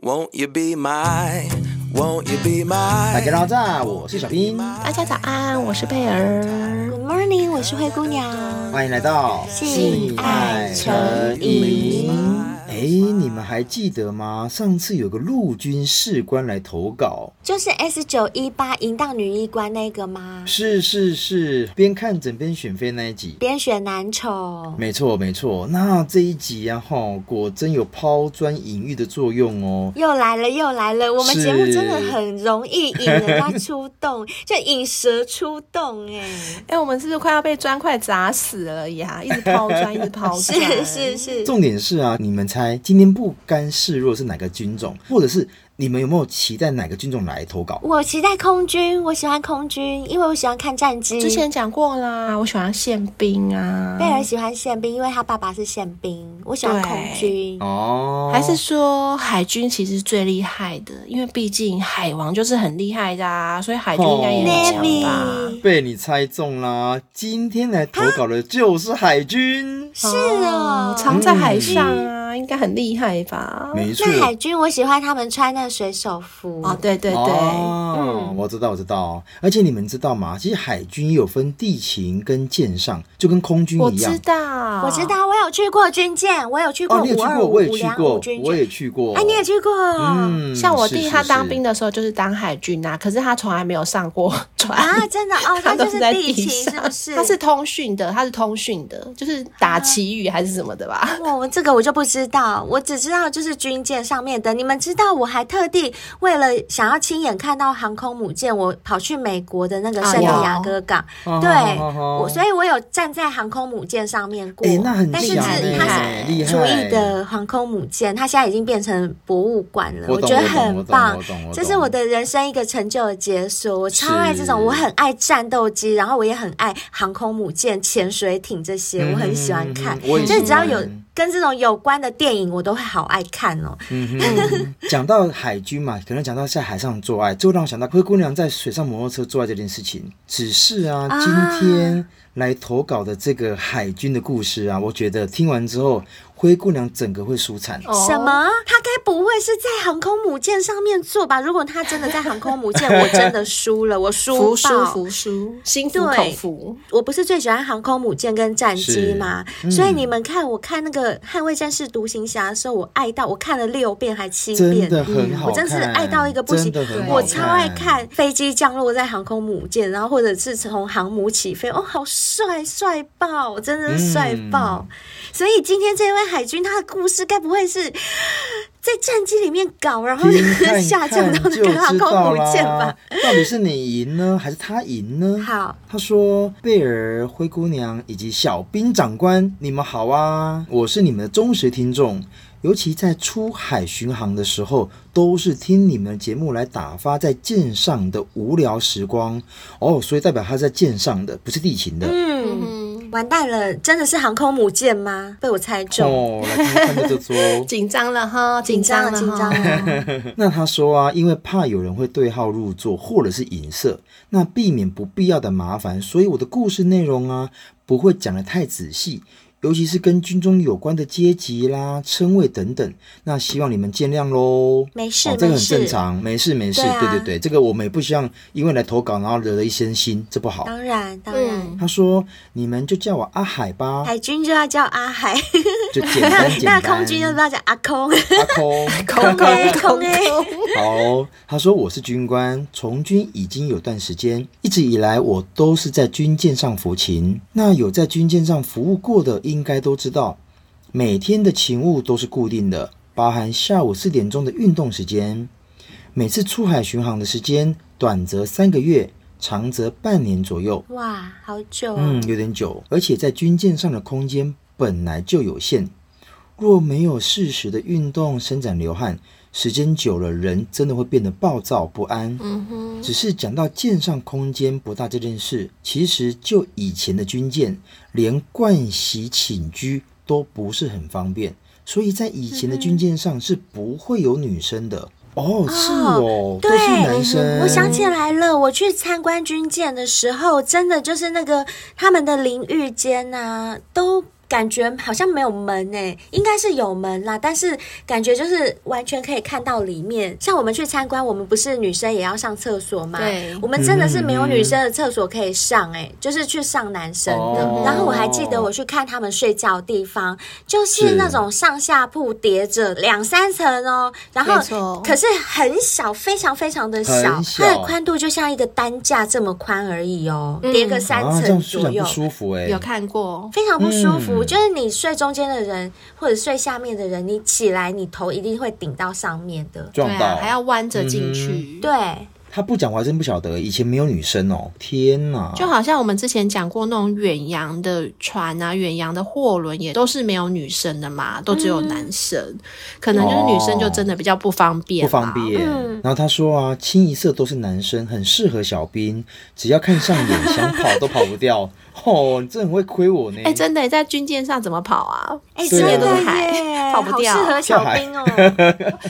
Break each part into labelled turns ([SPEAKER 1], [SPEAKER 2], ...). [SPEAKER 1] Won't you be my? Won't you be
[SPEAKER 2] 哎
[SPEAKER 1] my?
[SPEAKER 2] 大家早上，我是小兵，
[SPEAKER 3] 大家早安，我是贝儿。
[SPEAKER 4] Good morning，我是灰姑娘。
[SPEAKER 2] 欢迎来到
[SPEAKER 4] 性爱成瘾。
[SPEAKER 2] 哎，你们还记得吗？上次有个陆军士官来投稿，
[SPEAKER 4] 就是 S 九一八淫荡女医官那个吗？
[SPEAKER 2] 是是是，边看诊边选妃那一集。
[SPEAKER 4] 边选男丑，
[SPEAKER 2] 没错没错，那这一集啊哈，果真有抛砖引玉的作用哦。
[SPEAKER 4] 又来了又来了。我们
[SPEAKER 2] 是
[SPEAKER 4] 节目真的很容易引人家出动，就引蛇出洞哎、
[SPEAKER 3] 哎、我们是不是快要被砖块砸死了呀？一直抛砖，一直抛砖。
[SPEAKER 4] 是是是，
[SPEAKER 2] 重点是啊，你们猜今天不甘示弱是哪个军种，或者是你们有没有期待哪个军种来投稿？
[SPEAKER 4] 我期待空军，我喜欢空军，因为我喜欢看战机。
[SPEAKER 3] 之前讲过啦，我喜欢宪兵啊。
[SPEAKER 4] 贝尔喜欢宪兵，因为他爸爸是宪兵。我喜欢
[SPEAKER 3] 对
[SPEAKER 4] 空军，
[SPEAKER 2] 哦，
[SPEAKER 3] 还是说海军其实最厉害的，因为毕竟海王就是很厉害的啊，所以海军应该也很强吧？哦
[SPEAKER 4] Navy
[SPEAKER 2] 被你猜中啦！今天来投稿的就是海军，
[SPEAKER 4] 是哦。
[SPEAKER 3] 常在海上啊，应该很厉害吧？
[SPEAKER 2] 没错。
[SPEAKER 4] 那海军我喜欢他们穿那个水手服。
[SPEAKER 3] 哦，对对对，
[SPEAKER 2] 哦，
[SPEAKER 4] 嗯
[SPEAKER 2] 我知道，我知道。而且你们知道吗？其实海军也有分地勤跟舰上，就跟空军
[SPEAKER 3] 我
[SPEAKER 2] 一
[SPEAKER 3] 知
[SPEAKER 2] 样。
[SPEAKER 3] 道，
[SPEAKER 4] 我知。道，我有去过军舰，我有去过
[SPEAKER 2] 哦哦，你也
[SPEAKER 4] 五
[SPEAKER 2] 去
[SPEAKER 4] 二
[SPEAKER 2] 过，
[SPEAKER 4] 五
[SPEAKER 2] 我也
[SPEAKER 4] 五
[SPEAKER 2] 去
[SPEAKER 4] 两
[SPEAKER 2] 过
[SPEAKER 4] 五军，
[SPEAKER 2] 我也
[SPEAKER 4] 舰。
[SPEAKER 2] 去过。
[SPEAKER 4] 哎，你也去过？
[SPEAKER 2] 嗯，
[SPEAKER 3] 像我弟
[SPEAKER 2] 是
[SPEAKER 3] 他当兵
[SPEAKER 2] 的，
[SPEAKER 3] 的时候就是当海军啊，可是他从来没有上过 船
[SPEAKER 4] 啊，真的 哦，
[SPEAKER 3] 他
[SPEAKER 4] 它
[SPEAKER 3] 都
[SPEAKER 4] 就是
[SPEAKER 3] 在
[SPEAKER 4] 地
[SPEAKER 3] 地
[SPEAKER 4] 勤，
[SPEAKER 3] 上
[SPEAKER 4] 是不是？
[SPEAKER 3] 他是啊通讯的，他是通讯的，就是打旗语还是什么的吧？
[SPEAKER 4] 我我这个我就不知道，我只知道就是军舰上面的。你们知道，我还特地为了想要亲眼看到航空母舰，我跑去美国的那个圣地亚哥港。
[SPEAKER 2] 哦
[SPEAKER 4] 对，
[SPEAKER 2] 哦哦啊哦
[SPEAKER 4] 我所以我有站在航空母舰上面过。
[SPEAKER 2] 哎，那很
[SPEAKER 4] 但是是
[SPEAKER 2] 强
[SPEAKER 3] 厉
[SPEAKER 4] 它是
[SPEAKER 3] 害
[SPEAKER 2] 哎，厉害，
[SPEAKER 4] 主义的航空母舰，它现在已经变成博物馆了，
[SPEAKER 2] 我懂
[SPEAKER 4] 觉得
[SPEAKER 2] 我懂我
[SPEAKER 4] 很
[SPEAKER 2] 懂
[SPEAKER 4] 棒
[SPEAKER 2] 我懂我懂，
[SPEAKER 4] 这是我的人生一个成就的解锁。我超爱这种，
[SPEAKER 2] 是
[SPEAKER 4] 我很爱战斗机，然后我也很爱航空母舰、潜水艇这些，我很喜欢看。
[SPEAKER 2] 嗯我也
[SPEAKER 4] 就是只要有
[SPEAKER 2] 喜欢
[SPEAKER 4] 跟这种有关的电影，我都会好爱看哦。
[SPEAKER 2] 嗯讲到海军嘛，可能讲到在海上做爱，就让我想到灰姑娘在水上摩托车做爱这件事情。只是啊，
[SPEAKER 4] 啊
[SPEAKER 2] 今天来投稿的这个海军的故事啊，我觉得听完之后，灰姑娘整个会舒惨。
[SPEAKER 3] 哦
[SPEAKER 4] 什？么？他该不会是在航空母舰上面做吧？如果他真的在航空母舰，我真的输了，我输
[SPEAKER 3] 服
[SPEAKER 4] 爆
[SPEAKER 3] 输服输，心服口
[SPEAKER 4] 对
[SPEAKER 3] 服。
[SPEAKER 4] 我不是最喜欢航空母舰跟战机嘛，
[SPEAKER 2] 是嗯
[SPEAKER 4] 所以你们看，我看那个《捍卫战士独行侠》的时候，我爱到我看了六遍还七
[SPEAKER 2] 真
[SPEAKER 4] 遍，
[SPEAKER 2] 的很好看，
[SPEAKER 4] 嗯我真是爱到一个不行
[SPEAKER 2] 真的很好
[SPEAKER 4] 我超爱看飞机降落在航空母舰，然后或者是从航母起飞，哦，好帅，帅爆，真的是帅爆！
[SPEAKER 2] 嗯
[SPEAKER 4] 所以今天这位海军他的故事，该不会是在战机里面搞，然后
[SPEAKER 2] 听看看
[SPEAKER 4] 下降到那
[SPEAKER 2] 就知
[SPEAKER 4] 个航空
[SPEAKER 2] 道
[SPEAKER 4] 母舰
[SPEAKER 2] 啦
[SPEAKER 4] 吧？。
[SPEAKER 2] 到底是你赢呢，还是他赢呢？
[SPEAKER 4] 好，
[SPEAKER 2] 他说：“贝尔、灰姑娘以及小兵长官，你们好啊！我是你们的忠实听众，尤其在出海巡航的时候，都是听你们的节目来打发在舰上的无聊时光。哦，所以代表他在舰上的，不是地勤的。
[SPEAKER 4] 嗯，
[SPEAKER 3] 嗯，
[SPEAKER 4] 完蛋了，真的是航空母舰吗？被我猜中。
[SPEAKER 2] 哦，来看看这个桌。
[SPEAKER 3] 紧张了哈，紧张了
[SPEAKER 4] 紧张
[SPEAKER 3] 哈。
[SPEAKER 4] 了。
[SPEAKER 2] 那他说啊，因为怕有人会对号入座或者是影射，那避免不必要的麻烦，所以我的故事内容啊不会讲得太仔细，尤其是跟军中有关的阶级啦、称谓等等。那希望你们见谅喽。
[SPEAKER 4] 没事
[SPEAKER 2] 哦，这个
[SPEAKER 4] 没
[SPEAKER 2] 很
[SPEAKER 4] 事
[SPEAKER 2] 正常，没事没事。
[SPEAKER 4] 对啊
[SPEAKER 2] 对对对，这个我们也不希望因为来投稿然后惹了一身腥，这不好。
[SPEAKER 4] 当然，当然，
[SPEAKER 3] 嗯，
[SPEAKER 2] 他说：“你们就叫我阿海 吧，
[SPEAKER 4] 海军就要叫阿海，
[SPEAKER 2] 就简 单简
[SPEAKER 4] 那
[SPEAKER 2] 单。”
[SPEAKER 4] 空军就不要叫阿空。
[SPEAKER 2] 阿空，
[SPEAKER 3] 空空
[SPEAKER 4] 哎
[SPEAKER 3] 空欸
[SPEAKER 4] 空哎
[SPEAKER 3] 空。
[SPEAKER 2] 好，他说我是军官，从军已经有段时间，一直以来我都是在军舰上服勤。那有在军舰上服务过的，应该都知道，每天的勤务都是固定的，包含下午四点钟的运动时间。每次出海巡航的时间，短则三个月，长则半年左右。
[SPEAKER 4] 哇，好久、哦。
[SPEAKER 2] 嗯，有点久，而且在军舰上的空间本来就有限，若没有适时的运动、伸展、流汗，时间久了，人真的会变得暴躁不安。
[SPEAKER 3] 嗯哼，
[SPEAKER 2] 只是讲到舰上空间不大这件事，其实就以前的军舰，连盥洗寝居都不是很方便，所以在以前的军舰上是不会有女生的。哦，是哦，都是
[SPEAKER 4] 啊对
[SPEAKER 2] 男生。
[SPEAKER 4] 我想起来了，我去参观军舰的时候，真的就是那个他们的淋浴间呐、啊，都感觉好像没有门诶、应该是有门啦，但是感觉就是完全可以看到里面。像我们去参观，我们不是女生也要上厕所吗？
[SPEAKER 3] 对
[SPEAKER 4] 我们真的是没有女生的厕所可以上诶、就是去上男生的。
[SPEAKER 2] 哦
[SPEAKER 4] 然后我还记得我去看他们睡觉的地方，就是
[SPEAKER 2] 是
[SPEAKER 4] 那种上下铺叠着两三层哦，然
[SPEAKER 3] 没错
[SPEAKER 4] 后可是很小，非常非常的小，
[SPEAKER 2] 很小
[SPEAKER 4] 它的宽度就像一个担架这么宽而已哦，
[SPEAKER 3] 嗯
[SPEAKER 4] 叠个三
[SPEAKER 2] 啊，这
[SPEAKER 4] 层
[SPEAKER 2] 样虽
[SPEAKER 4] 左
[SPEAKER 2] 然
[SPEAKER 4] 右
[SPEAKER 2] 不。舒服哎、
[SPEAKER 3] 有看过，
[SPEAKER 4] 非常不舒服，
[SPEAKER 2] 嗯
[SPEAKER 4] 就是你睡中间的人或者睡下面的人，你起来你头一定会顶到上面的。
[SPEAKER 3] 对
[SPEAKER 2] 撞到，嗯
[SPEAKER 3] 啊，还要弯着进去，
[SPEAKER 4] 对，
[SPEAKER 2] 他不讲我还真不晓得，以前没有女生哦、天哪，
[SPEAKER 3] 就好像我们之前讲过那种远洋的船啊，远洋的货轮也都是没有女生的嘛，都只有男生，可能就是女生就真的比较不方便，
[SPEAKER 2] 哦不方。便。
[SPEAKER 4] 嗯
[SPEAKER 2] 然后他说啊，清一色都是男生，很适合小兵，只要看上眼，想跑都跑不掉。 哦，你真的很会亏我呢。
[SPEAKER 3] 哎、真的在军舰上怎么跑啊？
[SPEAKER 4] 哎、
[SPEAKER 2] 对啊
[SPEAKER 4] 真的耶，
[SPEAKER 3] 海跑不掉
[SPEAKER 4] 好适合小兵哦。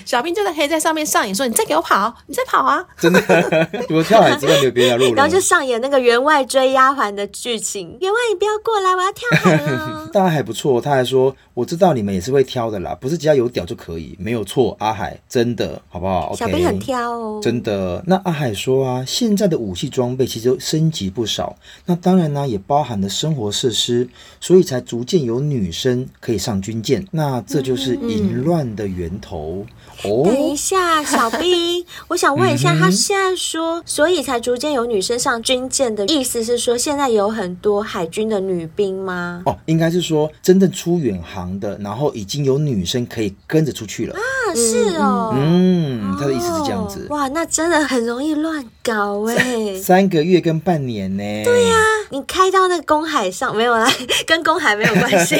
[SPEAKER 3] 小兵就在黑在上面上演说：“你再给我跑，你再跑啊
[SPEAKER 2] 真的， 除了跳海之外没有别条路了。。
[SPEAKER 4] 然后就上演那个员外追丫鬟的剧情，员外你不要过来，我要跳海了
[SPEAKER 2] 大家还不错，他还说我知道你们也是会挑的啦，不是只要有屌就可以，没有错。阿海真的好不 好？
[SPEAKER 4] 小
[SPEAKER 2] OK
[SPEAKER 4] 兵很挑哦，
[SPEAKER 2] 真的，那阿海说啊，现在的武器装备其实升级不少，那当然呢、也包含了生活设施，所以才逐渐有女生可以上军舰，那这
[SPEAKER 4] 嗯
[SPEAKER 2] 就是淫乱的源头、
[SPEAKER 4] 等一
[SPEAKER 2] 哦。
[SPEAKER 4] 下，小 兵，我想问一下，
[SPEAKER 2] 嗯哼
[SPEAKER 4] 他现在说，所以才逐渐有女生上军舰的意思是说，现在有很多海军的女兵吗？
[SPEAKER 2] 哦，应该是说真正出远航的，然后已经有女生可以跟着出去了。
[SPEAKER 4] 啊，是哦。
[SPEAKER 2] 嗯，他的意思是这样
[SPEAKER 4] 哦
[SPEAKER 2] 子。
[SPEAKER 4] 哇，那真的很容易乱搞哎、
[SPEAKER 2] 三个月跟半年呢、对呀、
[SPEAKER 4] 你开到那个公海上没有啦， 跟公海没有关 系。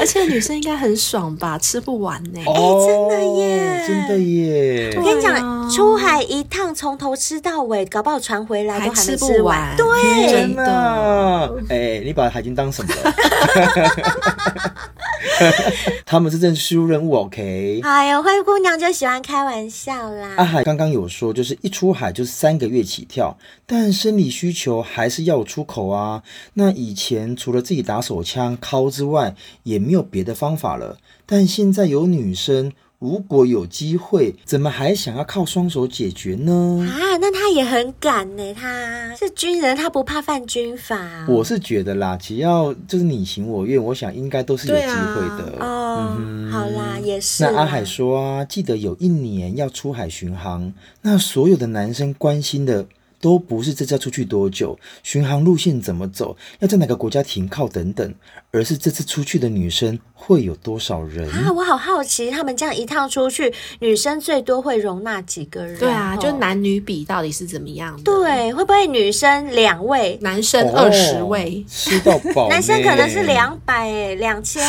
[SPEAKER 3] 而且女生应该很爽吧，吃不完呢、
[SPEAKER 2] 哦，
[SPEAKER 4] 哎真的耶
[SPEAKER 2] 真的耶。
[SPEAKER 4] 我跟你
[SPEAKER 3] 对啊
[SPEAKER 4] 讲，出海一趟从头吃到尾，搞不好船回来
[SPEAKER 3] 还
[SPEAKER 4] 都还
[SPEAKER 3] 吃
[SPEAKER 4] 没吃
[SPEAKER 3] 不
[SPEAKER 4] 完。
[SPEAKER 3] 完，
[SPEAKER 4] 对，
[SPEAKER 3] 对真的。
[SPEAKER 2] 呐，哎、你把海军当 什么了？他们是正式务任务，OK。
[SPEAKER 4] 哎呦，灰姑娘就喜欢开玩笑啦。
[SPEAKER 2] 阿海刚刚有说，就是一出海就是三个月起跳，但生理需求还是要有出口啊。那以前除了自己打手枪、敲之外，也没有别的方法了。但现在有女生，如果有机会，怎么还想要靠双手解决呢？
[SPEAKER 4] 啊，那他也很敢呢、他是军人，他不怕犯军法。
[SPEAKER 2] 我是觉得啦，只要就是你情我愿，我想应该都是有机
[SPEAKER 3] 对
[SPEAKER 2] 会
[SPEAKER 3] 啊
[SPEAKER 2] 的。
[SPEAKER 4] 哦，好啦，也是啦。
[SPEAKER 2] 嗯那阿海说啊，记得有一年要出海巡航，那所有的男生关心的都不是这次要出去多久，巡航路线怎么走，要在哪个国家停靠等等，而是这次出去的女生会有多少人？
[SPEAKER 4] 啊，我好好奇，他们这样一趟出去，女生最多会容纳几个人？
[SPEAKER 3] 对啊，
[SPEAKER 4] 哦
[SPEAKER 3] 就。男女比到底是怎么样的？，
[SPEAKER 4] 对，会不会女生两位，
[SPEAKER 3] 男生
[SPEAKER 2] 哦
[SPEAKER 3] 二十位，
[SPEAKER 2] 吃到饱呢，
[SPEAKER 4] 男生可能是两百哎，两千。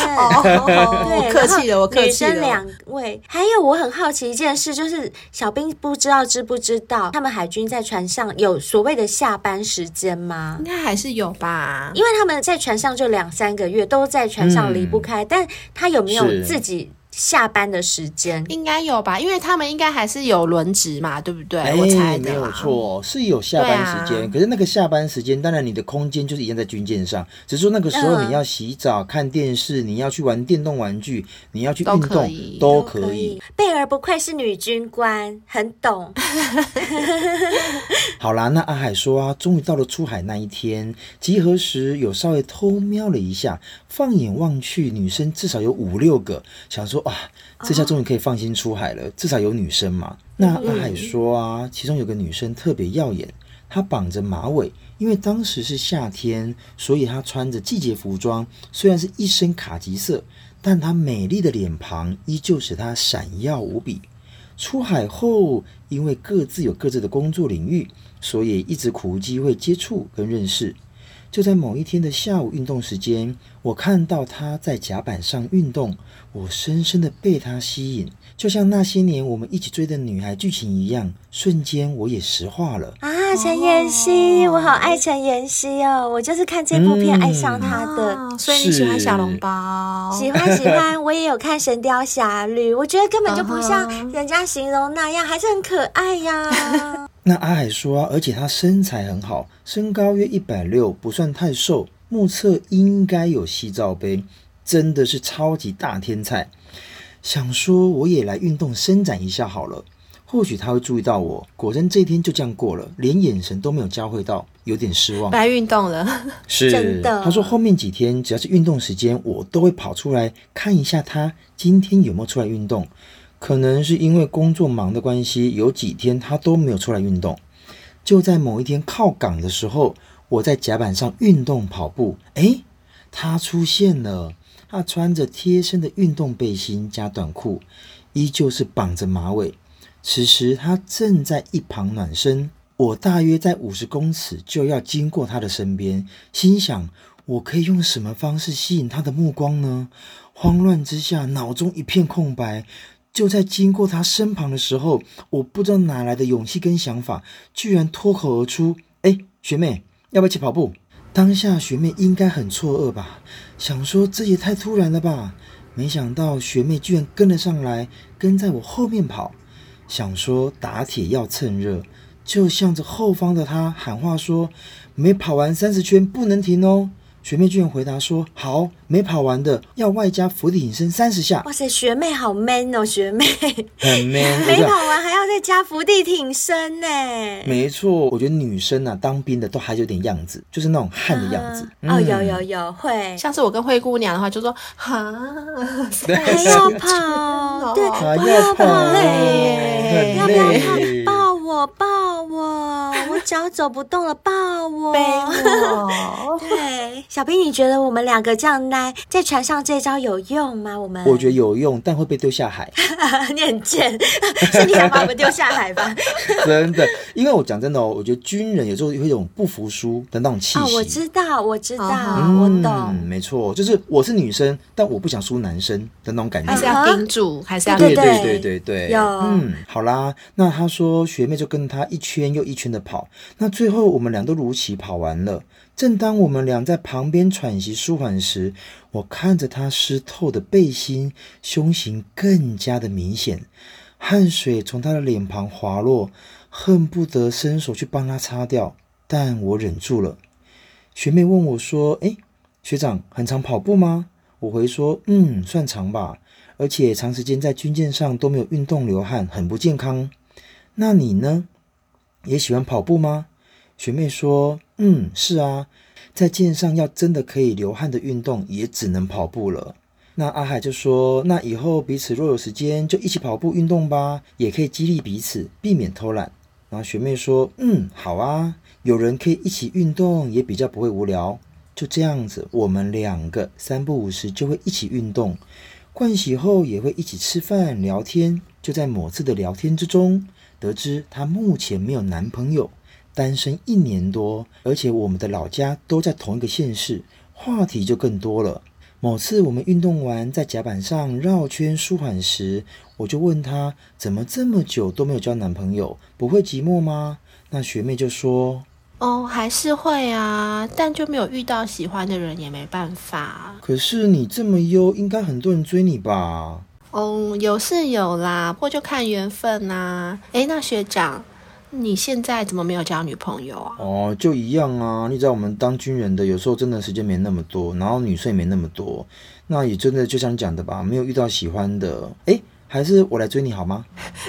[SPEAKER 4] 对，
[SPEAKER 3] 哦我客气了
[SPEAKER 4] 然后
[SPEAKER 3] 我客气
[SPEAKER 4] 女生
[SPEAKER 3] 了
[SPEAKER 4] 两位，还有我很好奇一件事，就是小兵不知道知不知道，他们海军在船上有所谓的下班时间吗
[SPEAKER 3] 应？该还是有吧？
[SPEAKER 4] 因为他们在船上就两三个月，都在船上离不开，但他有没有
[SPEAKER 2] 嗯是
[SPEAKER 4] 自己下班的时间？
[SPEAKER 3] 应该有吧，因为他们应该还是有轮值嘛，对不对？
[SPEAKER 2] 哎，
[SPEAKER 3] 我猜
[SPEAKER 2] 没
[SPEAKER 3] 的
[SPEAKER 2] 有
[SPEAKER 3] 啦。
[SPEAKER 2] 错，是有下班时间，
[SPEAKER 3] 对啊
[SPEAKER 2] 可是那个下班时间，当然你的空间就是一样在军舰上，只是说那个时候
[SPEAKER 4] 嗯
[SPEAKER 2] 你要洗澡、看电视，你要去玩电动玩具，你要去
[SPEAKER 3] 都
[SPEAKER 2] 运
[SPEAKER 3] 可
[SPEAKER 2] 动
[SPEAKER 3] 以
[SPEAKER 2] 都
[SPEAKER 4] 都
[SPEAKER 2] 可以。。
[SPEAKER 4] 贝儿不愧是女军官，很懂。
[SPEAKER 2] 好啦，那阿海说啊，终于到了出海那一天，集合时有稍微偷瞄了一下，放眼望去，女生至少有五六个，想说啊，这下终于可以放心出海了，至少有女生嘛。那阿海说啊，其中有个女生特别耀眼，她绑着马尾，因为当时是夏天，所以她穿着季节服装，虽然是一身卡其色，但她美丽的脸庞依旧使她闪耀无比。出海后，因为各自有各自的工作领域，所以一直苦无机会接触跟认识。就在某一天的下午运动时间，我看到他在甲板上运动，我深深的被他吸引，就像那些年我们一起追的女孩剧情一样，瞬间我也石化了。
[SPEAKER 4] 啊，陈妍希，我好爱陈妍希哦！我就是看这部片爱上她
[SPEAKER 2] 嗯
[SPEAKER 4] 的。
[SPEAKER 3] 啊所以你喜欢小笼包？
[SPEAKER 4] 喜欢喜欢，我也有看《神雕侠侣》，我觉得根本就不像人家形容那样，还是很可爱呀。
[SPEAKER 2] 那阿海说啊，而且他身材很好，身高约一百六，不算太瘦，目测应该有西照杯，真的是超级大天才。想说我也来运动伸展一下好了，或许他会注意到我。果真这一天就这样过了，连眼神都没有交汇到，有点失望。
[SPEAKER 3] 白运动了，
[SPEAKER 2] 是
[SPEAKER 4] 真的
[SPEAKER 2] 他说后面几天只要是运动时间，我都会跑出来看一下他今天有没有出来运动。可能是因为工作忙的关系，有几天他都没有出来运动。就在某一天靠港的时候，我在甲板上运动跑步，诶，他出现了。他穿着贴身的运动背心加短裤，依旧是绑着马尾。此时他正在一旁暖身，我大约在五十公尺就要经过他的身边，心想我可以用什么方式吸引他的目光呢？慌乱之下，脑中一片空白。就在经过他身旁的时候，我不知道哪来的勇气跟想法，居然脱口而出：“哎，学妹，要不要一起跑步？”当下学妹应该很错愕吧，想说这也太突然了吧。没想到学妹居然跟了上来，跟在我后面跑。想说打铁要趁热，就向着后方的她喊话说：“没跑完三十圈不能停哦。”学妹居然回答说：“好，没跑完的要外加伏地挺身三十下
[SPEAKER 4] 哇，塞，学妹好 man 哦，学妹
[SPEAKER 2] 很 man。”
[SPEAKER 4] 没跑完还要再加伏地挺身呢。
[SPEAKER 2] 没错，我觉得女生啊，当兵的都还有点样子，就是那种汉的样子。
[SPEAKER 4] 嗯哦，有有有，会
[SPEAKER 3] 像是我跟灰姑娘的话，就说 哈，
[SPEAKER 2] 哦
[SPEAKER 4] 还 要跑，对，
[SPEAKER 2] 还
[SPEAKER 4] 不
[SPEAKER 2] 哎要
[SPEAKER 4] 要
[SPEAKER 2] 跑，
[SPEAKER 4] 跑，
[SPEAKER 3] 累
[SPEAKER 4] 要
[SPEAKER 2] 很
[SPEAKER 4] 不要跑
[SPEAKER 2] 累？？
[SPEAKER 4] 抱我，抱我，我脚走不动了，抱我。。
[SPEAKER 3] 背我
[SPEAKER 4] 对，小兵，你觉得我们两个这样来在船上这招有用吗？我们
[SPEAKER 2] 我 觉得有用，但会被丢下 海，
[SPEAKER 4] 得你很贱， 是你想把我们丢下海 吧？
[SPEAKER 2] 真的。因为我讲真的哦，我觉得军人有时候会有一种不服输的那种气
[SPEAKER 4] 哦，我
[SPEAKER 2] 息。
[SPEAKER 4] 知道，我知道，
[SPEAKER 3] 嗯
[SPEAKER 4] 我
[SPEAKER 2] 嗯，
[SPEAKER 4] 懂。
[SPEAKER 2] 没错，就是我是女生，但我不想输男生的那种感
[SPEAKER 3] 还是
[SPEAKER 2] 觉。
[SPEAKER 3] 要盯住，还是要
[SPEAKER 2] 啊对对
[SPEAKER 4] 对对
[SPEAKER 2] 对对对，
[SPEAKER 4] 有
[SPEAKER 2] 嗯，好啦，那他说学妹就跟他一圈又一圈的跑，那最后我们俩都如期跑完了。正当我们俩在旁边喘息舒缓时，我看着她湿透的背心，胸型更加的明显，汗水从她的脸庞滑落，恨不得伸手去帮她擦掉，但我忍住了。学妹问我说：“诶，学长，很常跑步吗？”我回说：“嗯，算长吧，而且长时间在军舰上都没有运动流汗，很不健康。那你呢？也喜欢跑步吗？”学妹说：“嗯，是啊，在舰上要真的可以流汗的运动，也只能跑步了。”那阿海就说：“那以后彼此若有时间，就一起跑步运动吧，也可以激励彼此，避免偷懒。”然后学妹说：“嗯，好啊，有人可以一起运动，也比较不会无聊。”就这样子，我们两个三不五时就会一起运动，盥洗后也会一起吃饭聊天。就在某次的聊天之中，得知她目前没有男朋友，单身一年多，而且我们的老家都在同一个县市，话题就更多了。某次我们运动完在甲板上绕圈舒缓时，我就问她怎么这么久都没有交男朋友，不会寂寞吗？那学妹就说
[SPEAKER 3] 哦，还是会啊，但就没有遇到喜欢的人也没办法。：“
[SPEAKER 2] 可是你这么优，应该很多人追你吧
[SPEAKER 3] 哦，有是有啦，不过就看缘分啦、诶，那学长，你现在怎么没有交女朋友？”啊？
[SPEAKER 2] 哦，就一样啊。你知道我们当军人的，有时候真的时间没那么多，然后女生也没那么多，那也真的就像你讲的吧，没有遇到喜欢的。诶，还是我来追你好吗？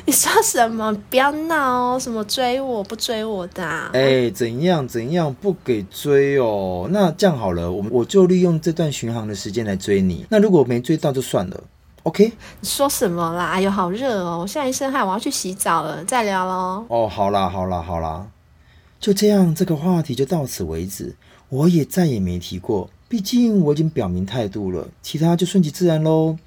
[SPEAKER 3] 你说什么？不要闹哦！什么追我不追我的、啊？
[SPEAKER 2] 哎、怎样怎样不给追哦？那这样好了，我我就利用这段巡航的时间来追你。那如果没追到就算了，OK？
[SPEAKER 3] 你说什么啦？哎呦，好热哦！我现在一身汗，我要去洗澡了，再聊喽。
[SPEAKER 2] 哦，好啦好啦好啦，就这样，这个话题就到此为止，我也再也没提过。毕竟我已经表明态度了，其他就顺其自然喽。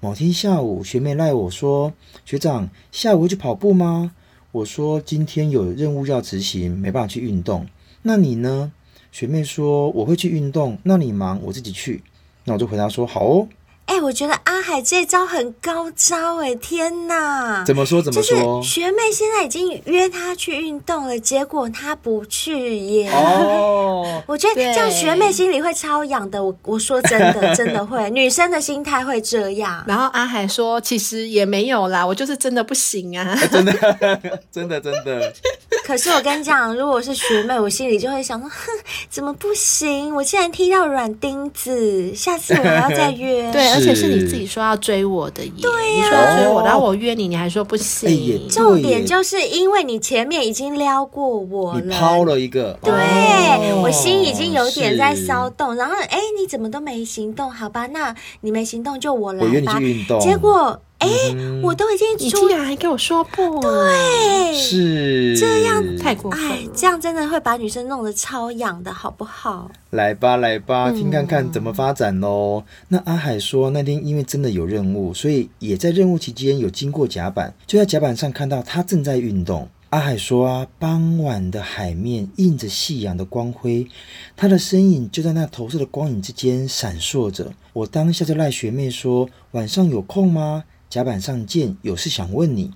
[SPEAKER 2] 某天下午，学妹赖我说：“学长，下午会去跑步吗？”我说：“今天有任务要执行，没办法去运动。”那你呢？学妹说：“我会去运动。”那你忙，我自己去。那我就回答说：“好哦。
[SPEAKER 4] 哎、哎、我觉得阿海这招很高招哎、天哪！
[SPEAKER 2] 怎么说怎么
[SPEAKER 4] 就是
[SPEAKER 2] 说？
[SPEAKER 4] 学妹现在已经约他去运动了，结果他不去耶。
[SPEAKER 2] 哦，
[SPEAKER 4] 我觉得这样
[SPEAKER 3] 对
[SPEAKER 4] 学妹心里会超痒的。我我说真 的，真的会，女生的心态会这样。
[SPEAKER 3] 然后阿海说：“其实也没有啦，我就是真的不行啊。
[SPEAKER 2] 真的，真的，真的，
[SPEAKER 4] 可是我跟你讲，如果我是学妹，我心里就会想说，哼，怎么不行？我竟然踢到软钉子，下次我要再约。
[SPEAKER 3] 对，而且是你
[SPEAKER 2] 是
[SPEAKER 3] 自己说要追我的耶，你说要追我，然后我约你，你还说不行。
[SPEAKER 2] 哎也
[SPEAKER 4] 重
[SPEAKER 2] 对耶
[SPEAKER 4] 点就是因为你前面已经撩过我
[SPEAKER 2] 你抛
[SPEAKER 4] 了。
[SPEAKER 2] 了一个，哦对
[SPEAKER 4] 对，我心已经有点在骚，动，然后哎，你怎么都没行动？好吧，那你没行动就我来
[SPEAKER 2] 我约你
[SPEAKER 4] 吧
[SPEAKER 2] 去。运动，
[SPEAKER 4] 结果哎，
[SPEAKER 2] 嗯
[SPEAKER 4] 我都已经
[SPEAKER 3] 你
[SPEAKER 4] 出
[SPEAKER 3] 竟然还跟我说不，对，
[SPEAKER 4] 哎，
[SPEAKER 2] 是哦
[SPEAKER 4] 这样
[SPEAKER 3] 太过分
[SPEAKER 4] 哎，
[SPEAKER 3] 了。
[SPEAKER 4] 这样真的会把女生弄得超痒的，好不好？
[SPEAKER 2] 来吧，来吧，听看看怎么发展喽。那阿海说，那天因为真的有任务，所以也在任务期间有经过甲板，就在甲板上看到他正在运动。阿海说啊，傍晚的海面映着夕阳的光辉，他的身影就在那投射的光影之间闪烁着。我当下就赖学妹说，晚上有空吗？甲板上见，有事想问你。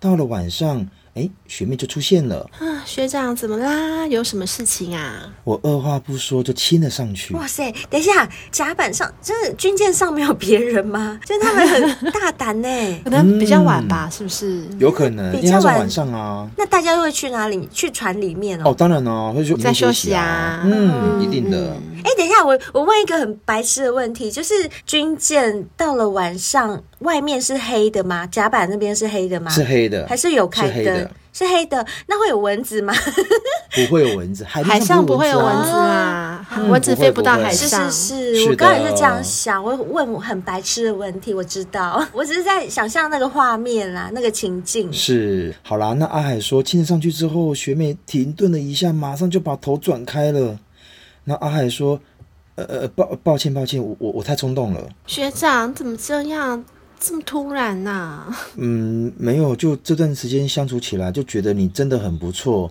[SPEAKER 2] 到了晚上，哎，学妹就出现了，
[SPEAKER 3] 啊，学长怎么啦？有什么事情啊？
[SPEAKER 2] 我二话不说就亲了上去。
[SPEAKER 4] 哇塞，等一下，甲板上就是军舰上没有别人吗？就是他们很大胆 呢、
[SPEAKER 3] 可能比较晚吧，是不是？
[SPEAKER 2] 有可能，因
[SPEAKER 4] 比
[SPEAKER 2] 为
[SPEAKER 4] 较
[SPEAKER 2] 他是
[SPEAKER 4] 晚
[SPEAKER 2] 晚上啊。
[SPEAKER 4] 那大家都会去哪里？去船里面
[SPEAKER 2] 哦，
[SPEAKER 4] 哦。
[SPEAKER 2] 当然哦，会去
[SPEAKER 3] 在休息
[SPEAKER 2] 息
[SPEAKER 3] 啊
[SPEAKER 2] 嗯，一定的。
[SPEAKER 4] 哎、等一下，我我问一个很白痴的问题，就是军舰到了晚上，外面是黑的吗？甲板那边是黑的吗？
[SPEAKER 2] 是黑的，
[SPEAKER 4] 还是有开
[SPEAKER 2] 是黑
[SPEAKER 4] 灯
[SPEAKER 2] 的？，
[SPEAKER 4] 是黑的，那会有蚊子吗？
[SPEAKER 2] 不会有蚊子，
[SPEAKER 3] 海
[SPEAKER 2] 海
[SPEAKER 3] 上不会有蚊
[SPEAKER 2] 啊
[SPEAKER 3] 子啊，蚊子飞不到海
[SPEAKER 4] 是
[SPEAKER 3] 上
[SPEAKER 4] 是。是，
[SPEAKER 2] 是
[SPEAKER 4] 我刚才
[SPEAKER 2] 的
[SPEAKER 4] 是这样想，我问我很白痴的问题，我知道， 我只是在想象那个画面啦，那个情境。
[SPEAKER 2] 是，好啦，那阿海说亲了上去之后，学妹停顿了一下，马上就把头转开了。那阿海说：“呃呃，抱抱歉抱歉，我我我太冲动了。
[SPEAKER 3] 学长怎么这样？这么突然啊呐、
[SPEAKER 2] 嗯，没有，就这段时间相处起来，就觉得你真的很不错，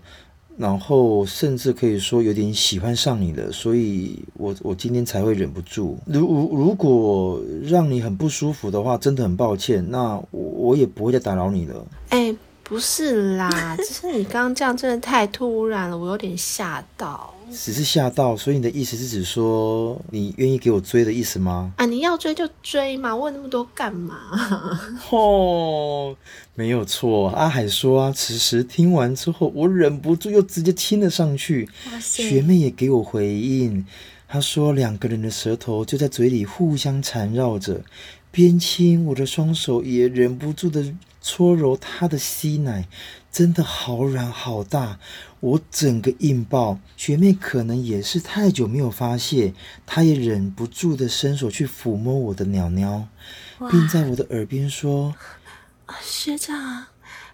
[SPEAKER 2] 然后甚至可以说有点喜欢上你了，所以我我今天才会忍不住。如如如果让你很不舒服的话，真的很抱歉，那我我也不会再打扰你了。
[SPEAKER 3] 哎、不是 啦，就是你刚刚这样真的太突然了，我有点吓到。
[SPEAKER 2] 只是吓到，所以你的意思是指说你愿意给我追的意思 吗？
[SPEAKER 3] 啊，你要追就追嘛，问那么多干嘛？
[SPEAKER 2] 哦，没有错。阿海说啊，此时听完之后，我忍不住又直接亲了上去。
[SPEAKER 4] 哇
[SPEAKER 2] 学
[SPEAKER 4] 塞，
[SPEAKER 2] 妹也给我回应，她说两个人的舌头就在嘴里互相缠绕着，边亲我的双手也忍不住的搓揉她的吸奶，真的好软好大，我整个硬爆。学妹可能也是太久没有发泄，她也忍不住的伸手去抚摸我的鸟鸟，并在我的耳边说。
[SPEAKER 3] 啊学长，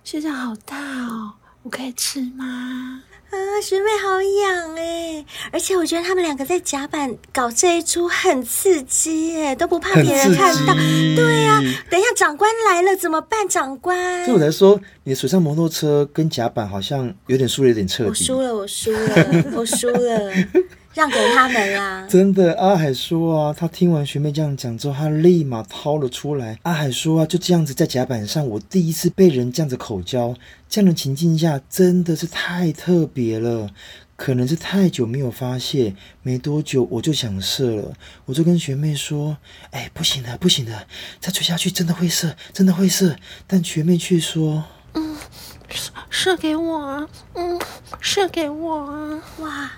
[SPEAKER 3] 学长好大哦，我可以吃吗？
[SPEAKER 4] 啊，学妹好痒哎！而且我觉得他们两个在甲板搞这一出很刺激哎，都不怕
[SPEAKER 2] 很
[SPEAKER 4] 别人
[SPEAKER 2] 刺
[SPEAKER 4] 看到。啊
[SPEAKER 2] 激，对呀、
[SPEAKER 4] 等一下，长官来了怎么办？长官
[SPEAKER 2] 所以，我才说，你的水上摩托车跟甲板好像有点输的有点彻底。
[SPEAKER 4] 我输了，我输了，我输 了，让给他们啊啦。
[SPEAKER 2] 真的，阿海说啊，他听完学妹这样讲之后，他立马掏了出来。阿海说啊，就这样子在甲板上，我第一次被人这样子口交，这样的情境下真的是太特别了。可能是太久没有发泄，没多久我就想射了，我就跟学妹说：“哎，不行的，不行的，再吹下去真的会射，真的会射。”但学妹却说
[SPEAKER 3] 射给我啊，嗯，射给我啊。
[SPEAKER 4] 哇，：“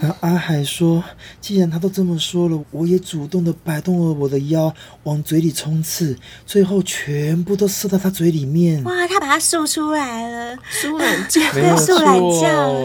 [SPEAKER 2] 那阿海说，既然他都这么说了，我也主动的摆动了我的腰，往嘴里冲刺，最后全部都射到他嘴里面。
[SPEAKER 4] 哇，他把它竖出来了，
[SPEAKER 3] 输人家，
[SPEAKER 2] 没有
[SPEAKER 4] 对，竖懒觉，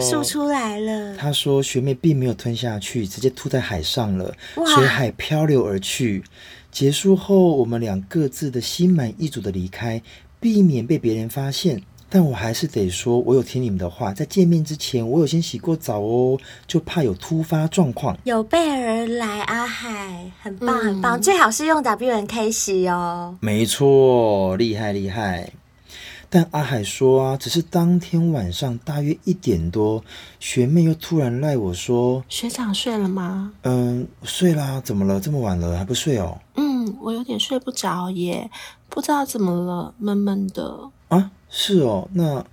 [SPEAKER 2] 错
[SPEAKER 4] 竖出来了。
[SPEAKER 2] 他说，学妹并没有吞下去，直接吐在海上了，
[SPEAKER 4] 哇
[SPEAKER 2] 随海漂流而去。结束后，我们俩各自的心满意足的离开，避免被别人发现。但我还是得说，我有听你们的话，在见面之前，我有先洗过澡哦，就怕有突发状况。
[SPEAKER 4] 有备而来，阿海，很棒
[SPEAKER 3] 嗯
[SPEAKER 4] 很棒，最好是用 W N K 洗哦。
[SPEAKER 2] 没错，厉害厉害。但阿海说啊，只是当天晚上大约一点多，学妹又突然赖我说
[SPEAKER 3] 学长睡了吗？：“
[SPEAKER 2] 嗯，睡啦，怎么了？这么晚了还不睡哦
[SPEAKER 3] 嗯，嗯，我有点睡不着耶，不知道怎么了，闷闷的。
[SPEAKER 2] 啊，是哦，那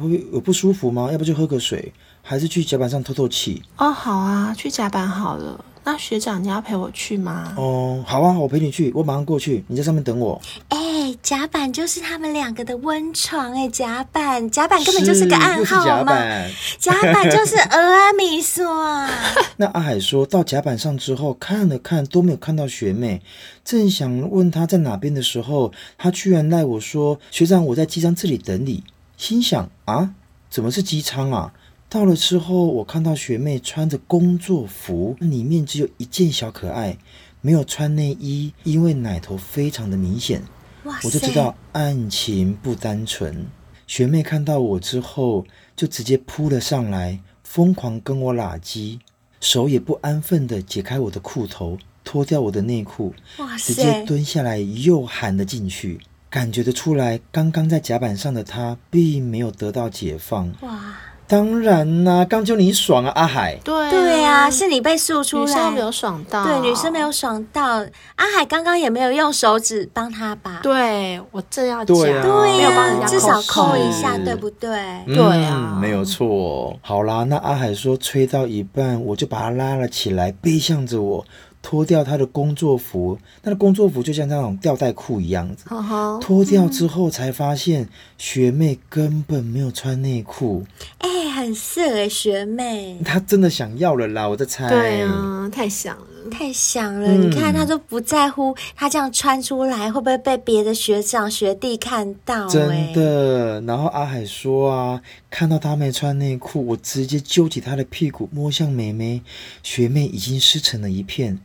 [SPEAKER 2] 会有不舒服吗？要不就喝个水，还是去甲板上透透气？
[SPEAKER 3] 哦，好啊，去甲板好了。那学长，你要陪我去吗？
[SPEAKER 2] 哦，好啊，我陪你去，我马上过去，你在上面等 我。
[SPEAKER 4] 哎、
[SPEAKER 2] 嗯
[SPEAKER 4] 甲板就是他们两个的温床哎、甲板，甲板根本就是个暗
[SPEAKER 2] 又是
[SPEAKER 4] 号
[SPEAKER 2] 甲
[SPEAKER 4] 嘛，
[SPEAKER 2] 板。
[SPEAKER 4] 甲板就是俄阿米索啊。
[SPEAKER 2] 那阿海说到甲板上之后，看了看都没有看到学妹，正想问她在哪边的时候，她居然赖我说：“学长，我在机舱这里等你。”心想啊，怎么是机舱啊？到了之后，我看到学妹穿着工作服，里面只有一件小可爱，没有穿内衣，因为奶头非常的明显。
[SPEAKER 4] 哇塞，
[SPEAKER 2] 我就知道案情不单纯。学妹看到我之后，就直接扑了上来，疯狂跟我拉鸡，手也不安分的解开我的裤头，脱掉我的内裤，
[SPEAKER 4] 哇
[SPEAKER 2] 直接
[SPEAKER 4] 塞，
[SPEAKER 2] 蹲下来又喊了进去。感觉得出来，刚刚在甲板上的她并没有得到解放。
[SPEAKER 4] 哇，
[SPEAKER 2] 当然啦、刚就你爽啊，阿海。
[SPEAKER 3] 对
[SPEAKER 4] 对啊，是你被诉出
[SPEAKER 3] 嗯女生没
[SPEAKER 4] 来
[SPEAKER 3] 有。爽到，
[SPEAKER 4] 对，女生没有。爽到，阿海刚刚也没有用手指帮他吧？
[SPEAKER 3] 对我正要讲，
[SPEAKER 2] 对啊
[SPEAKER 4] 对
[SPEAKER 3] 没有帮人家
[SPEAKER 4] 呀、至少扣
[SPEAKER 3] 扣
[SPEAKER 4] 一
[SPEAKER 3] 手
[SPEAKER 4] 下，
[SPEAKER 2] 是
[SPEAKER 4] 对不对？
[SPEAKER 3] 对啊
[SPEAKER 2] 嗯没有错。好啦，那阿海说吹到一半，我就把他拉了起来，背向着我，脱掉他的工作服。他的工作服就像那种吊带裤一样子。
[SPEAKER 3] 呵呵，
[SPEAKER 2] 脱掉之后才发现，学妹根本没有穿内裤，
[SPEAKER 4] 哎、很色哎、学妹，
[SPEAKER 2] 她真的想要了啦！我在猜。
[SPEAKER 3] 对啊，太想了。
[SPEAKER 4] 太想了！
[SPEAKER 2] 嗯
[SPEAKER 4] 你看，他都不在乎，他这样穿出来会不会被别的学长学弟看到、
[SPEAKER 2] 真
[SPEAKER 4] 哎，
[SPEAKER 2] 的。然后阿海说啊，看到她没穿内裤，我直接揪起她的屁股摸向妹妹，学妹已经湿成了一片，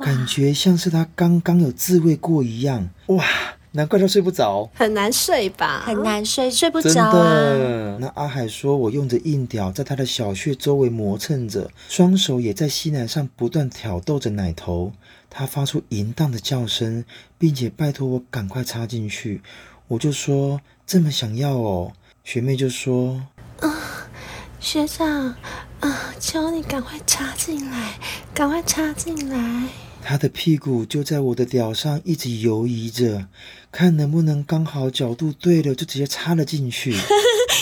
[SPEAKER 2] 感觉像是她刚刚有自慰过一样。哇，难怪她睡不着。
[SPEAKER 3] 很难睡吧？
[SPEAKER 4] 哎很难睡，睡不
[SPEAKER 2] 真
[SPEAKER 4] 着啊！
[SPEAKER 2] 的，那阿海说，我用着硬屌在她的小穴周围磨蹭着，双手也在西南上不断挑逗着奶头。她发出淫荡的叫声，并且拜托我赶快插进去。我就说这么想要哦，学妹就说
[SPEAKER 3] 学长，啊、求你赶快插进来，赶快插进来。
[SPEAKER 2] 她的屁股就在我的屌上一直游移着，看能不能刚好角度对了就直接插了进去。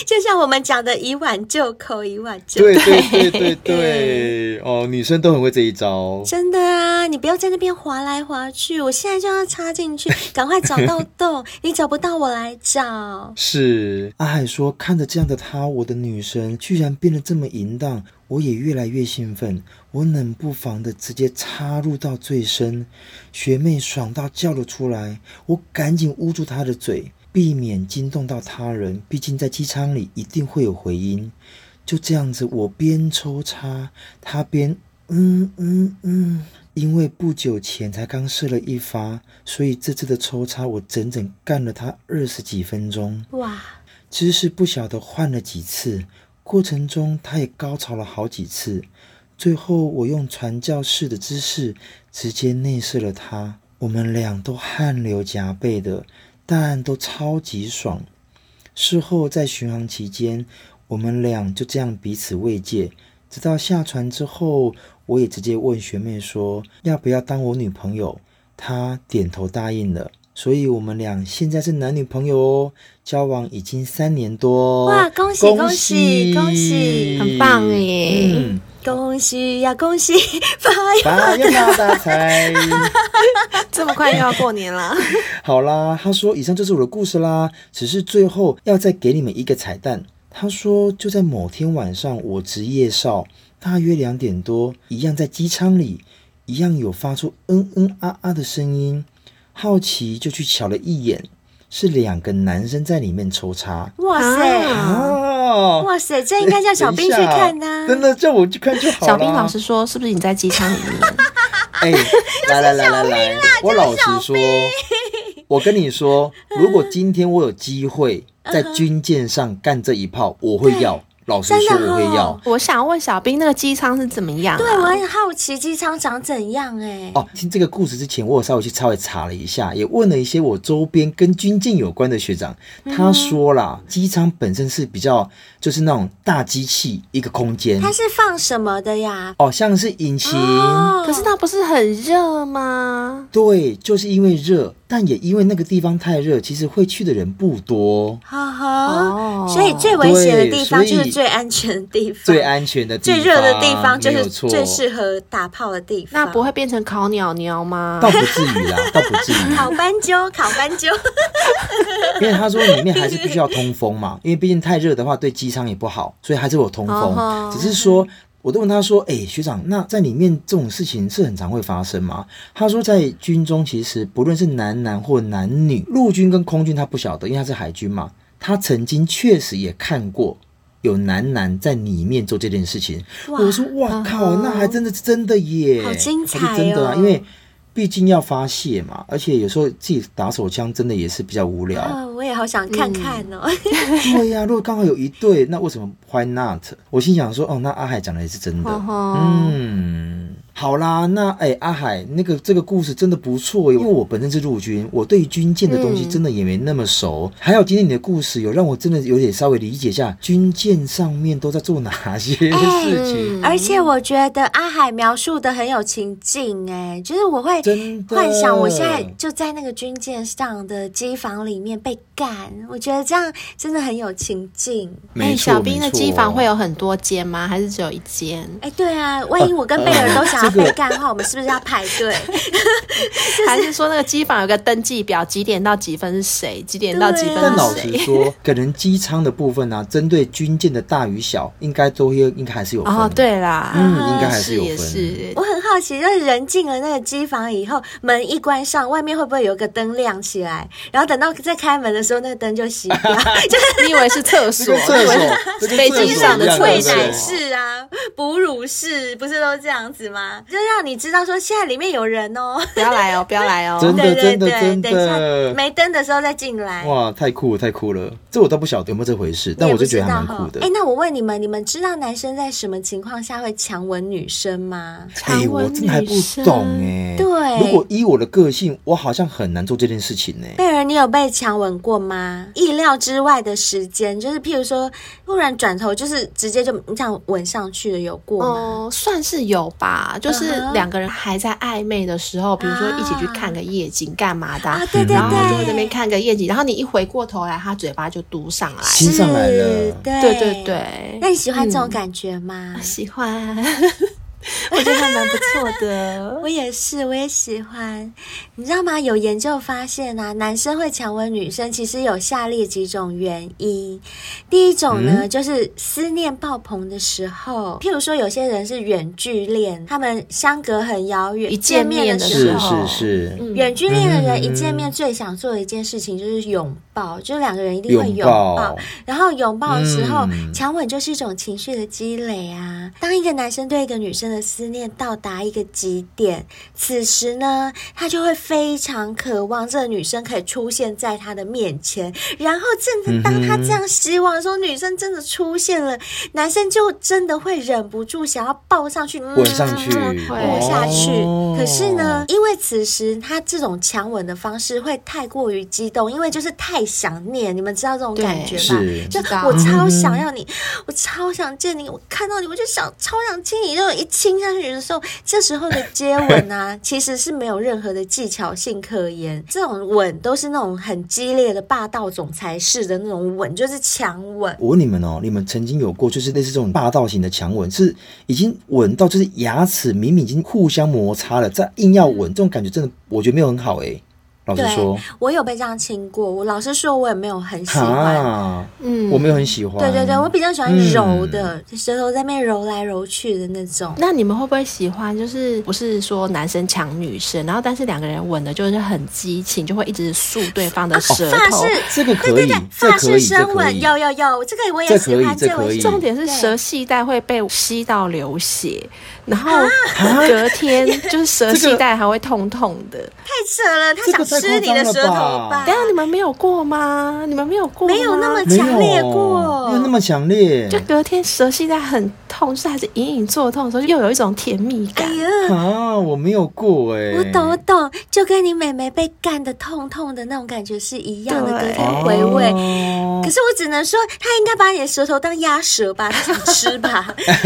[SPEAKER 4] 就像我们讲的，以碗就口，以碗就口
[SPEAKER 2] 对对对对对，哦，女生都很会这一招。
[SPEAKER 4] 真的啊！你不要在那边滑来滑去，我现在就要插 进去，赶快找到洞，你找不到我来找。
[SPEAKER 2] 是阿海说，看着这样的她，我的女神居然变得这么淫荡，我也越来越兴奋，我冷不防的直接插入到最深，学妹爽到叫了出来，我赶紧捂住她的嘴，避免惊动到他人，毕竟在机舱里一定会有回音。就这样子，我边抽插，她边嗯嗯嗯。因为不久前才刚射了一发，所以这次的抽插我整整干了她二十几分钟。
[SPEAKER 4] 哇，
[SPEAKER 2] 姿势不晓得换了几次，过程中他也高潮了好几次。最后，我用传教士的姿势直接内射了他，我们俩都汗流浃背的，但都超级爽。事后在巡航期间，我们俩就这样彼此慰藉，直到下船之后，我也直接问学妹说要不要当我女朋友，她点头答应了。所以我们俩现在是男女朋友哦，交往已经三年多哦。
[SPEAKER 4] 哇恭喜
[SPEAKER 2] 恭
[SPEAKER 4] 恭喜
[SPEAKER 3] 很棒耶
[SPEAKER 2] 嗯，
[SPEAKER 4] 恭喜呀、恭喜！发
[SPEAKER 2] 发呀大 财！
[SPEAKER 3] 这么快又要过年了，
[SPEAKER 2] 好啦，他说以上就是我的故事啦，只是最后要再给你们一个彩蛋。他说就在某天晚上，我值夜哨，大约两点多，一样在机舱里，一样有发出嗯嗯啊啊的声音，好奇就去瞧了一眼，是两个男生在里面抽插。
[SPEAKER 4] 哇塞！
[SPEAKER 3] 啊
[SPEAKER 2] 哦
[SPEAKER 4] 哇塞，这应该叫小兵去看呐、
[SPEAKER 2] 哎等一下真的叫我去看就好了。
[SPEAKER 3] 小兵老师说，是不是你在机舱里面？
[SPEAKER 2] 哎，来来来来来，我老实说， 我跟你
[SPEAKER 4] 嗯
[SPEAKER 2] 说，如果今天我有机会在军舰上干这一炮，我会要。老实说，
[SPEAKER 4] 真的
[SPEAKER 2] 我会要。
[SPEAKER 4] 哦
[SPEAKER 3] 我想问小兵，那个机舱是怎么样、啊？
[SPEAKER 4] 对，我很好奇机舱长怎样哎、
[SPEAKER 2] 哦，听这个故事之前，我有稍微去稍微查了一下，也问了一些我周边跟军舰有关的学长，
[SPEAKER 4] 嗯
[SPEAKER 2] 他说啦，机舱本身是比较就是那种大机器一个空间，
[SPEAKER 4] 它是放什么的呀？
[SPEAKER 2] 哦，像是引擎，
[SPEAKER 4] 哦
[SPEAKER 3] 可是那不是很热吗？
[SPEAKER 2] 对，就是因为热，但也因为那个地方太热，其实会去的人不多，
[SPEAKER 4] 哈
[SPEAKER 3] 哦
[SPEAKER 4] 哈，所以最危险的地方
[SPEAKER 2] 对所
[SPEAKER 4] 就
[SPEAKER 2] 以
[SPEAKER 4] 是最安全的 地方，
[SPEAKER 2] 最安全的地
[SPEAKER 4] 最
[SPEAKER 2] 方，
[SPEAKER 4] 热的地方就
[SPEAKER 2] 没
[SPEAKER 4] 是
[SPEAKER 2] 有错
[SPEAKER 4] 最适合打炮的地方。
[SPEAKER 3] 那不会变成烤鸟鸟吗
[SPEAKER 2] 倒？不至于 啦，倒不至于，
[SPEAKER 4] 烤斑鸠，烤斑鸠，
[SPEAKER 2] 因为他说里面还是必须要通风嘛，因为毕竟太热的话对机舱也不好，所以还是有通风。
[SPEAKER 3] 哦
[SPEAKER 2] 只是说，我都问他说：“哎、学长，那在里面这种事情是很常会发生吗？”他说，在军中其实不论是男男或男女，陆军跟空军他不晓得，因为他是海军嘛，他曾经确实也看过。有男男在里面做这件事情，
[SPEAKER 4] 哇嗯
[SPEAKER 2] 我说哇靠，那还真的是真的耶，
[SPEAKER 4] 好精彩哦
[SPEAKER 2] 还是真的啊，因为毕竟要发泄嘛，而且有时候自己打手枪真的也是比较无聊，嗯
[SPEAKER 4] 啊，我也好想看看哦。
[SPEAKER 2] 对呀、如果刚好有一对，那为什么 why not？我心想说，哦，那阿海讲的也是真的。
[SPEAKER 3] 哦吼
[SPEAKER 2] 嗯，好啦，那哎、阿海那个这个故事真的不错耶，因为我本身是陆军，我对于军舰的东西
[SPEAKER 3] 嗯
[SPEAKER 2] 真的也没那么熟。还有今天你的故事，有让我真的有点稍微理解一下军舰上面都在做哪些事情。
[SPEAKER 4] 而且我觉得阿海描述的很有情境，哎，就是我会
[SPEAKER 2] 真的
[SPEAKER 4] 幻想我现在就在那个军舰上的机房里面被干，我觉得这样真的很有情境。
[SPEAKER 2] 没
[SPEAKER 3] 哎
[SPEAKER 2] 错
[SPEAKER 3] 小兵的
[SPEAKER 2] 没错
[SPEAKER 3] 机房会有很多间吗？还是只有一间？
[SPEAKER 4] 哎，对啊，万一我跟贝尔 都想要被干的话，我们是不是要排队？
[SPEAKER 3] 还是说那个机房有个登记表，几点到几分是谁，几点到几
[SPEAKER 2] 但
[SPEAKER 3] 分
[SPEAKER 2] 老
[SPEAKER 3] 是
[SPEAKER 2] 实
[SPEAKER 3] 谁？
[SPEAKER 2] 说，可能机舱的部分呢、啊针对军舰的大与小，应该都会应该还是有分的。
[SPEAKER 3] 哦，对啦，
[SPEAKER 2] 嗯应该还是有
[SPEAKER 3] 也
[SPEAKER 2] 分
[SPEAKER 3] 是也是
[SPEAKER 4] 我很好奇，就是人进了那个机房以后，门一关上，外面会不会有一个灯亮起来？然后等到再开门的时候，那个灯就熄掉，就是
[SPEAKER 3] 你以为是厕所？
[SPEAKER 2] 这跟厕所
[SPEAKER 3] 你以为
[SPEAKER 2] 这
[SPEAKER 3] 是
[SPEAKER 2] 跟
[SPEAKER 3] 飞
[SPEAKER 2] 厕
[SPEAKER 3] 机
[SPEAKER 2] 所
[SPEAKER 3] 上的
[SPEAKER 2] 一样
[SPEAKER 3] 厕
[SPEAKER 4] 喂
[SPEAKER 2] 对
[SPEAKER 4] 奶
[SPEAKER 2] 对
[SPEAKER 3] 所？
[SPEAKER 4] 室啊、哺乳室，不是都这样子吗？就让你知道说现在里面有人哦。
[SPEAKER 3] 不要来哦，不要来哦！
[SPEAKER 2] 真的
[SPEAKER 4] 对对
[SPEAKER 2] 真的
[SPEAKER 4] 对，
[SPEAKER 2] 真
[SPEAKER 4] 等一下
[SPEAKER 2] 的
[SPEAKER 4] 没灯的时候再进来。
[SPEAKER 2] 哇，太酷了，太酷了！这我倒不晓得有没有这回事，但
[SPEAKER 4] 你也
[SPEAKER 2] 我
[SPEAKER 4] 不
[SPEAKER 2] 就觉
[SPEAKER 4] 知
[SPEAKER 2] 得还
[SPEAKER 4] 道
[SPEAKER 2] 蛮
[SPEAKER 4] 哈
[SPEAKER 2] 酷的。
[SPEAKER 4] 哎、那我问你们，你们知道男生在什么情况下会强吻女生吗？
[SPEAKER 2] 哎、
[SPEAKER 3] 强
[SPEAKER 2] 我
[SPEAKER 3] 吻
[SPEAKER 2] 真的还
[SPEAKER 3] 女
[SPEAKER 2] 不
[SPEAKER 3] 生
[SPEAKER 2] 懂哎、
[SPEAKER 4] 对
[SPEAKER 2] 如果依我的个性，我好像很难做这件事情哎呢、
[SPEAKER 4] 贝尔，你有被强吻过吗？意料之外的时间，就是譬如说，忽然转头，就是直接就这样吻上去的，有过吗？
[SPEAKER 3] 哦，算是有吧，就是
[SPEAKER 4] 嗯哼
[SPEAKER 3] 两个人还在暧昧的时候，比如说一起去看个夜景干嘛的啊，
[SPEAKER 4] 啊，对对
[SPEAKER 3] 然后就在那
[SPEAKER 4] 对，
[SPEAKER 3] 边看个夜景，然后你一回过头来，他嘴巴就嘟上来，
[SPEAKER 2] 亲上来
[SPEAKER 4] 是
[SPEAKER 2] 了，
[SPEAKER 4] 对
[SPEAKER 3] 对对。嗯对
[SPEAKER 4] 那，你喜欢这种感觉吗？
[SPEAKER 3] 喜欢， 我觉得还蛮不错的。
[SPEAKER 4] 我也是，我也喜欢。你知道吗？有研究发现啊，男生会强吻女生，其实有下列几种原因。第一种
[SPEAKER 2] 嗯
[SPEAKER 4] 呢，就是思念爆棚的时候，譬如说有些人是远距恋，他们相隔很遥远，
[SPEAKER 3] 一见面
[SPEAKER 4] 面
[SPEAKER 3] 的
[SPEAKER 4] 时
[SPEAKER 2] 是
[SPEAKER 4] 候。
[SPEAKER 2] 是是，嗯
[SPEAKER 4] 远距恋的人一见面最想做的一件事情就是拥抱，就是两个人一定会嗯
[SPEAKER 2] 拥
[SPEAKER 4] 拥抱
[SPEAKER 2] 抱。，
[SPEAKER 4] 然后拥抱的时候，
[SPEAKER 2] 嗯
[SPEAKER 4] 强吻就是一种情绪的积累啊。当一个男生对一个女生的思念到达一个极点，此时呢，他就会非常渴望这个女生可以出现在他的面前。然后
[SPEAKER 2] 嗯
[SPEAKER 4] 正当他这样希望的时候，女生真的出现了，男生就真的会忍不住想要抱上去，嗯
[SPEAKER 2] 吻上去，
[SPEAKER 4] 摸下去。
[SPEAKER 2] 哦
[SPEAKER 4] 可是呢，，因为此时他这种强吻的方式会太过于激动，因为就是太想念，你们知道这种感觉吧
[SPEAKER 2] 是？嗯
[SPEAKER 4] 就
[SPEAKER 3] 知道
[SPEAKER 4] 我超想要你，我超想见你，我看到你我就想超想亲你，就一亲下去的时候，这时候的接 吻啊，其实是没有任何的技巧性可言，这种吻都是那种很激烈的霸道总裁式的那种吻，就是强吻。
[SPEAKER 2] 我问你们哦，你们曾经有过就是类似这种霸道型的强吻，是已经吻到就是牙齿明明已经互相摩擦了，再硬要吻，这种感觉真的我觉得没有很好哎、老实
[SPEAKER 4] 对
[SPEAKER 2] 说，
[SPEAKER 4] 我有被这样亲过，我老实说，我也没有很喜欢。
[SPEAKER 2] 哈，
[SPEAKER 3] 嗯
[SPEAKER 2] 我没有很喜欢。
[SPEAKER 4] 对对对，我比较喜欢柔的，舌头在那边揉来揉去的那种。
[SPEAKER 3] 那你们会不会喜欢？就是不是说男生抢女生，然后但是两个人吻的就是很激情，就会一直诉对方
[SPEAKER 4] 啊
[SPEAKER 3] 的舌
[SPEAKER 4] 发
[SPEAKER 3] 头。
[SPEAKER 4] 式，
[SPEAKER 2] 这个可以
[SPEAKER 4] 对对对，
[SPEAKER 2] 这
[SPEAKER 4] 发
[SPEAKER 2] 可以
[SPEAKER 4] 式深
[SPEAKER 2] 这可
[SPEAKER 4] 吻，
[SPEAKER 2] 以
[SPEAKER 4] 有有有，这个我也
[SPEAKER 2] 这
[SPEAKER 4] 喜
[SPEAKER 2] 可以
[SPEAKER 4] 欢，
[SPEAKER 2] 这
[SPEAKER 4] 个我
[SPEAKER 2] 可以
[SPEAKER 4] 喜欢
[SPEAKER 3] 重点是
[SPEAKER 4] 对
[SPEAKER 3] 舌系带会被吸到流血，然后
[SPEAKER 4] 啊
[SPEAKER 3] 隔天就是舌系带还会痛痛的。
[SPEAKER 4] 太扯了，他
[SPEAKER 2] 这个
[SPEAKER 4] 想
[SPEAKER 2] 太夸
[SPEAKER 4] 吃你的
[SPEAKER 2] 张了
[SPEAKER 4] 舌头
[SPEAKER 2] 吧
[SPEAKER 4] 吧？
[SPEAKER 3] 等一下你们没有过吗？你们没有过吗？
[SPEAKER 4] 啊没有那么
[SPEAKER 2] 没有
[SPEAKER 4] 强烈过
[SPEAKER 2] 没有那么强烈，
[SPEAKER 3] 就隔天舌系带很痛，就是还是隐隐作痛的时候，又有一种甜蜜感
[SPEAKER 4] 哎。呀，
[SPEAKER 2] 啊，我没有过哎、
[SPEAKER 4] 我懂我懂，就跟你妹妹被干的痛痛的那种感觉是一样的，隔
[SPEAKER 3] 对
[SPEAKER 4] 天回味。
[SPEAKER 2] 哦
[SPEAKER 4] 可是我只能说，他应该把你的舌头当鸭舌吧，他想吃吧。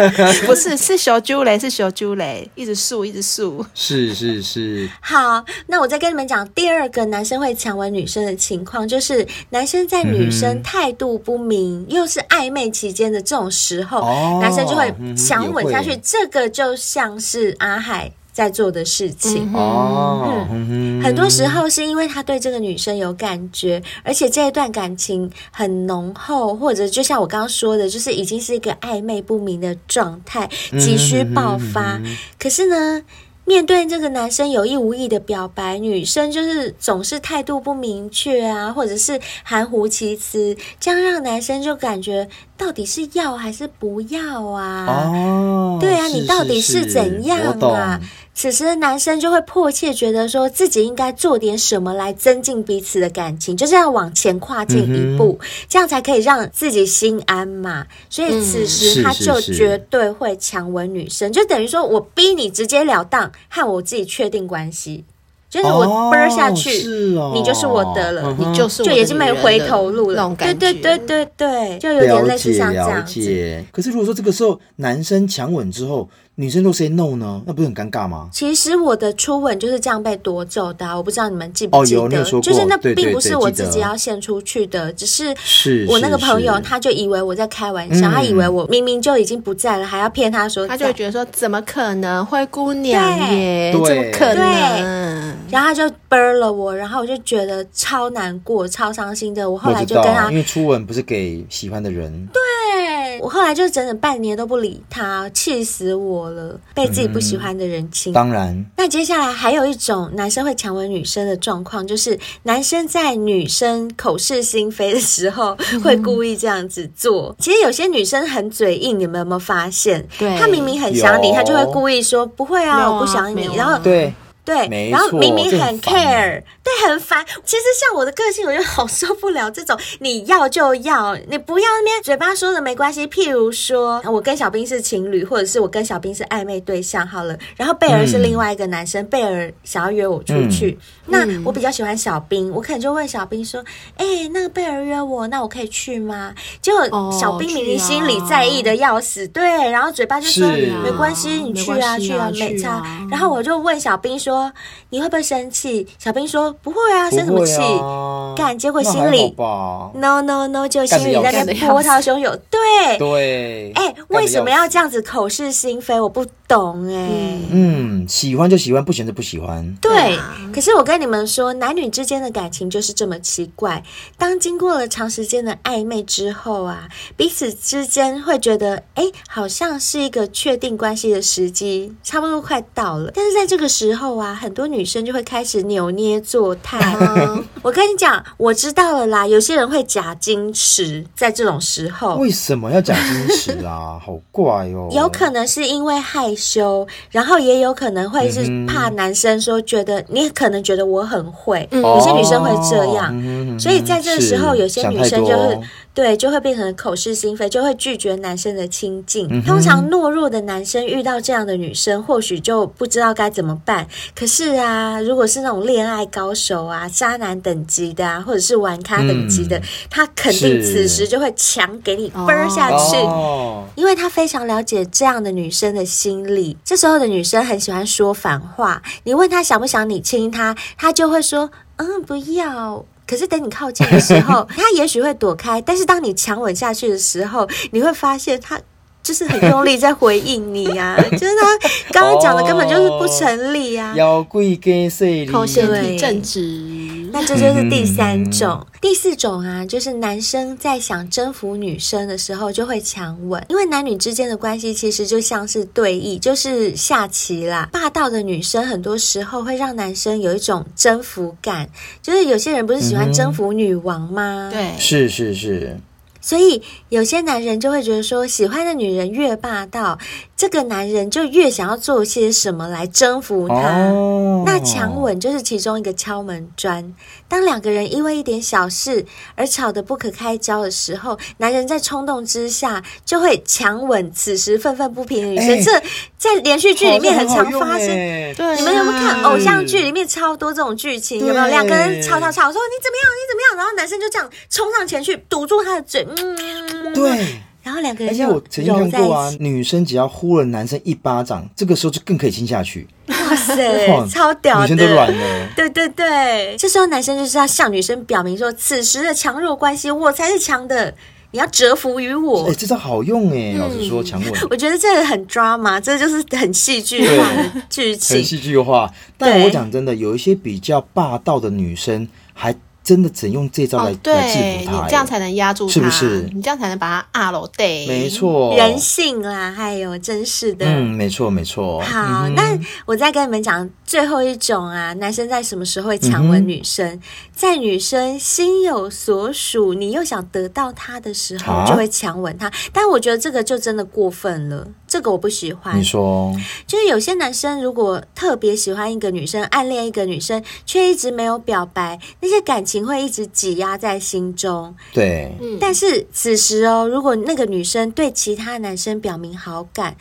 [SPEAKER 3] 不是，是小猪雷，是小猪雷，一直竖，一直
[SPEAKER 4] 哦
[SPEAKER 3] 竖。
[SPEAKER 2] 是是是，
[SPEAKER 4] 好，那我再跟你们讲第二个男生会强吻女生的情况，就是男生在女
[SPEAKER 2] 嗯
[SPEAKER 4] 生
[SPEAKER 2] 哼
[SPEAKER 4] 态度不明、又是暧昧期间的这种时候，
[SPEAKER 2] 哦
[SPEAKER 4] 男生就会
[SPEAKER 2] 嗯哼
[SPEAKER 4] 强吻下
[SPEAKER 2] 也
[SPEAKER 4] 去。
[SPEAKER 2] 会
[SPEAKER 4] 这个就像是阿海在做的事
[SPEAKER 2] 嗯
[SPEAKER 4] 情。
[SPEAKER 2] 哦，嗯哼
[SPEAKER 4] 很多时候是因为他对这个女生有感觉，而且这一段感情很浓厚，或者就像我刚刚说的，就是已经是一个暧昧不明的状态，急需爆发。
[SPEAKER 2] 嗯哼嗯哼嗯
[SPEAKER 4] 可是呢，面对这个男生有意无意的表白，女生就是总是态度不明确啊，或者是含糊其辞，这样让男生就感觉到底是要还是不要啊？
[SPEAKER 2] 哦，
[SPEAKER 4] 对啊，
[SPEAKER 2] 是
[SPEAKER 4] 你到底
[SPEAKER 2] 是
[SPEAKER 4] 是怎样
[SPEAKER 2] 我
[SPEAKER 4] 啊
[SPEAKER 2] 懂？
[SPEAKER 4] 此时男生就会迫切觉得说自己应该做点什么来增进彼此的感情，就是要往前跨进一
[SPEAKER 2] 嗯
[SPEAKER 4] 步，这样才可以让自己心安嘛。所以此时
[SPEAKER 2] 嗯
[SPEAKER 4] 他
[SPEAKER 2] 是
[SPEAKER 4] 就是绝对会强吻女生，就等于说我逼你直截了当和我自己确定关系，就是
[SPEAKER 2] 哦
[SPEAKER 4] 我啵下去。
[SPEAKER 2] 是哦，
[SPEAKER 4] 你就是我的了
[SPEAKER 2] 嗯哼
[SPEAKER 3] 你就是我
[SPEAKER 4] 就
[SPEAKER 3] 的
[SPEAKER 4] 已经没回头路
[SPEAKER 3] 女人
[SPEAKER 4] 了
[SPEAKER 3] 那，种感觉。
[SPEAKER 4] 对对对对对，就有点
[SPEAKER 2] 了
[SPEAKER 4] 类似
[SPEAKER 2] 解
[SPEAKER 4] 像这
[SPEAKER 2] 了
[SPEAKER 4] 样子。
[SPEAKER 2] 解。可是如果说这个时候男生强吻之后，女生都 say no 呢，那不是很尴尬吗？
[SPEAKER 4] 其实我的初吻就是这样被夺走的啊、我不知道你们记
[SPEAKER 2] 哦
[SPEAKER 4] 不记得，
[SPEAKER 2] 有你有说过
[SPEAKER 4] 就是那
[SPEAKER 2] 对对
[SPEAKER 4] 并不
[SPEAKER 2] 对
[SPEAKER 4] 是我
[SPEAKER 2] 记得
[SPEAKER 4] 自己要献出去的，只是
[SPEAKER 2] 是
[SPEAKER 4] 我那个
[SPEAKER 2] 是
[SPEAKER 4] 朋友
[SPEAKER 2] 是
[SPEAKER 4] 他就以为我在开玩笑，
[SPEAKER 2] 嗯
[SPEAKER 4] 他以为我明明就已经不在了，还要骗他说
[SPEAKER 3] 他就会
[SPEAKER 4] 在
[SPEAKER 3] 觉得说，怎么可能灰姑娘
[SPEAKER 4] 对
[SPEAKER 3] 耶？怎
[SPEAKER 2] 对
[SPEAKER 3] 么可能？
[SPEAKER 4] 然后他就啵了我，然后我就觉得超难过、超伤心的。我后
[SPEAKER 2] 我
[SPEAKER 4] 来
[SPEAKER 2] 知
[SPEAKER 4] 就跟他哎
[SPEAKER 2] 道，因为初吻不是给喜欢的人，
[SPEAKER 4] 对，我后来就整整半年都不理他，气死我了，被自己不喜欢的人亲。
[SPEAKER 2] 当然
[SPEAKER 4] 那接下来还有一种男生会强吻女生的状况，就是男生在女生口是心非的时候，
[SPEAKER 3] 嗯
[SPEAKER 4] 会故意这样子做。其实有些女生很嘴硬，你们有没有发现？
[SPEAKER 3] 对
[SPEAKER 4] 她明明很想你，
[SPEAKER 2] 有
[SPEAKER 4] 她就会故意说不会
[SPEAKER 3] 没
[SPEAKER 4] 啊，
[SPEAKER 3] 有啊
[SPEAKER 4] 我不想
[SPEAKER 3] 没
[SPEAKER 4] 你
[SPEAKER 3] 有。啊
[SPEAKER 4] 然后
[SPEAKER 2] 对。
[SPEAKER 4] 对，
[SPEAKER 2] 没
[SPEAKER 4] 然后
[SPEAKER 2] 错
[SPEAKER 4] 明明
[SPEAKER 2] 这很
[SPEAKER 4] 很
[SPEAKER 2] 烦
[SPEAKER 4] care，对，很烦。其实像我的个性，我就好受不了这种你要就要，你不要那边嘴巴说的没关系。譬如说，我跟小兵是情侣，或者是我跟小兵是暧昧对象，好了，然后贝尔是
[SPEAKER 2] 嗯
[SPEAKER 4] 另外一个男生，贝尔想要约我出去，
[SPEAKER 3] 嗯
[SPEAKER 4] 那我比较喜欢小兵，我可能就问小兵说：“哎、那个贝尔约我，那我可以去吗？”结
[SPEAKER 3] 哦
[SPEAKER 4] 果小兵明明
[SPEAKER 3] 去啊
[SPEAKER 4] 心里在意的要死，对，然后嘴巴就说：“
[SPEAKER 2] 是啊
[SPEAKER 4] 没关系，你
[SPEAKER 3] 没
[SPEAKER 4] 去
[SPEAKER 3] 关
[SPEAKER 4] 啊，
[SPEAKER 3] 系
[SPEAKER 4] 去
[SPEAKER 3] 啊
[SPEAKER 4] 啊，没
[SPEAKER 3] 去
[SPEAKER 4] 差。
[SPEAKER 3] 啊
[SPEAKER 4] 然后我就问小兵说：“你会不会生气？”小兵说：“不会啊，生什么
[SPEAKER 2] 不
[SPEAKER 4] 气？”
[SPEAKER 2] 会啊
[SPEAKER 4] 干结果
[SPEAKER 2] 那
[SPEAKER 4] 心
[SPEAKER 2] 还
[SPEAKER 4] 里
[SPEAKER 2] 好吧
[SPEAKER 4] No No No，就心里在那
[SPEAKER 2] 干
[SPEAKER 3] 得
[SPEAKER 4] 边
[SPEAKER 3] 要死
[SPEAKER 4] 波涛汹涌。对，
[SPEAKER 2] 对，
[SPEAKER 4] 哎、
[SPEAKER 2] 干得
[SPEAKER 4] 为什么
[SPEAKER 2] 要
[SPEAKER 4] 要
[SPEAKER 2] 死？
[SPEAKER 4] 这样子口是心非？我不懂哎、
[SPEAKER 2] 嗯，喜欢就喜欢，不喜欢就不喜欢。
[SPEAKER 4] 对
[SPEAKER 3] 啊，
[SPEAKER 4] 可是我跟你们说，男女之间的感情就是这么奇怪。当经过了长时间的暧昧之后啊，彼此之间会觉得，哎，好像是一个确定关系的时机，差不多快到了。但是在这个时候啊，很多女生就会开始扭捏作态。啊 我跟你讲，我知道了啦，有些人会假矜持，在这种时候，
[SPEAKER 2] 为什么要讲矜持啊？好怪哦。
[SPEAKER 4] 有可能是因为害羞，然后也有可能会是
[SPEAKER 2] 嗯哼
[SPEAKER 4] 怕男生说觉得、你可能觉得我很会，
[SPEAKER 3] 嗯
[SPEAKER 4] 有
[SPEAKER 2] 哦
[SPEAKER 4] 些女生会这样。
[SPEAKER 2] 样
[SPEAKER 4] 所以在这个时候，有些女生就会
[SPEAKER 2] 是
[SPEAKER 4] 对就会变成口是心非，就会拒绝男生的亲近。
[SPEAKER 2] 嗯哼
[SPEAKER 4] 通常懦弱的男生遇到这样的女生，或许就不知道该怎么办。可是啊，如果是那种恋爱高手啊、渣男等级的啊，或者是玩咖等级的，
[SPEAKER 2] 嗯
[SPEAKER 4] 他肯定
[SPEAKER 2] 是
[SPEAKER 4] 此时就会强给你啵儿下
[SPEAKER 2] 想太
[SPEAKER 4] 去。
[SPEAKER 2] 多哦
[SPEAKER 4] 因为他非常了解这样的女生的心理。这时候的女生很喜欢说反话，你问她想不想你亲她，她就会说嗯不要。可是等你靠近的时候，她也许会躲开，但是当你强吻下去的时候，你会发现她。就是很用力在回应你呀、啊，就是她刚刚讲的根本就是不成立呀、啊。
[SPEAKER 2] 要贵跟谁离？
[SPEAKER 3] 口嫌体
[SPEAKER 4] 对
[SPEAKER 3] 正直。
[SPEAKER 4] 那这就是第三种。第四种啊，就是男生在想征服女生的时候就会强吻，因为男女之间的关系其实就像是对弈，就是下棋啦。霸道的女生很多时候会让男生有一种征
[SPEAKER 3] 嗯
[SPEAKER 4] 服感，就是有些人不是喜欢征服女王吗？。
[SPEAKER 3] 对，
[SPEAKER 2] 是是是，
[SPEAKER 4] 所以有些男人就会觉得说，喜欢的女人越霸道，这个男人就越想要做些什么来征服她。
[SPEAKER 2] 哦，
[SPEAKER 4] 那强吻就是其中一个敲门砖。当两个人因为一点小事而吵得不可开交的时候，男人在冲动之下就会强吻此时愤愤不平的女生。
[SPEAKER 2] 哎
[SPEAKER 4] 这在连续剧里面很
[SPEAKER 2] 好
[SPEAKER 4] 常
[SPEAKER 2] 用
[SPEAKER 4] 发生。
[SPEAKER 2] 欸
[SPEAKER 3] 对
[SPEAKER 4] 你们有没有看
[SPEAKER 2] 是
[SPEAKER 4] 偶像剧？里面超多这种剧情？有没有
[SPEAKER 2] 对
[SPEAKER 4] 两个人吵吵吵，说你怎么样，你怎么样，然后男生就这样冲上前去堵住他的嘴，嗯，，
[SPEAKER 2] 对，
[SPEAKER 4] 然后两个
[SPEAKER 2] 而
[SPEAKER 4] 人
[SPEAKER 2] 且
[SPEAKER 4] 就
[SPEAKER 2] 我曾经
[SPEAKER 4] 揉
[SPEAKER 2] 看
[SPEAKER 4] 在一
[SPEAKER 2] 过啊
[SPEAKER 4] 起，，
[SPEAKER 2] 女生只要呼了男生一巴掌，这个时候就更可以亲下去，
[SPEAKER 4] 哇
[SPEAKER 2] 哇
[SPEAKER 4] 塞，超屌
[SPEAKER 2] 哦女
[SPEAKER 4] 的，
[SPEAKER 2] 生都软 了。
[SPEAKER 4] 对对对，这时候男生就是要向女生表明说，此时的强弱关系，我才是强的，你要折服于我。嗯
[SPEAKER 2] 哎，这招好用哎，老实说，强吻
[SPEAKER 4] 我觉得这个很 drama，这就是很戏剧化的剧
[SPEAKER 2] 很
[SPEAKER 4] 情。
[SPEAKER 2] 戏剧化。但
[SPEAKER 4] 对
[SPEAKER 2] 我讲真的，有一些比较霸道的女生，还真的只能用这招来
[SPEAKER 3] 哦，
[SPEAKER 2] 来制
[SPEAKER 3] 对
[SPEAKER 2] 服
[SPEAKER 3] 你
[SPEAKER 2] 她。
[SPEAKER 3] 这样才能压住他，
[SPEAKER 2] 是不是
[SPEAKER 3] 你这样才能把他啊喽对，
[SPEAKER 2] 没。错，
[SPEAKER 4] 人性啦，哎呦，真是的。
[SPEAKER 2] 嗯，没错没错。嗯
[SPEAKER 4] 好，
[SPEAKER 2] 哼
[SPEAKER 4] 那我再跟你们讲最后一种啊，男生在什么时候会强吻女生？
[SPEAKER 2] 嗯
[SPEAKER 4] 在女生心有所属，你又想得到她的时候
[SPEAKER 2] 啊，
[SPEAKER 4] 就会强吻她。但我觉得这个就真的过分了，这个我不喜欢。
[SPEAKER 2] 你说，
[SPEAKER 4] 就是有些男生如果特别喜欢一个女生，暗恋一个女生，却一直没有表白，那些感情会一直挤压在心中。
[SPEAKER 2] 对，
[SPEAKER 3] 嗯
[SPEAKER 4] 但是此时哦，如果那个女生对其他男生表明好感，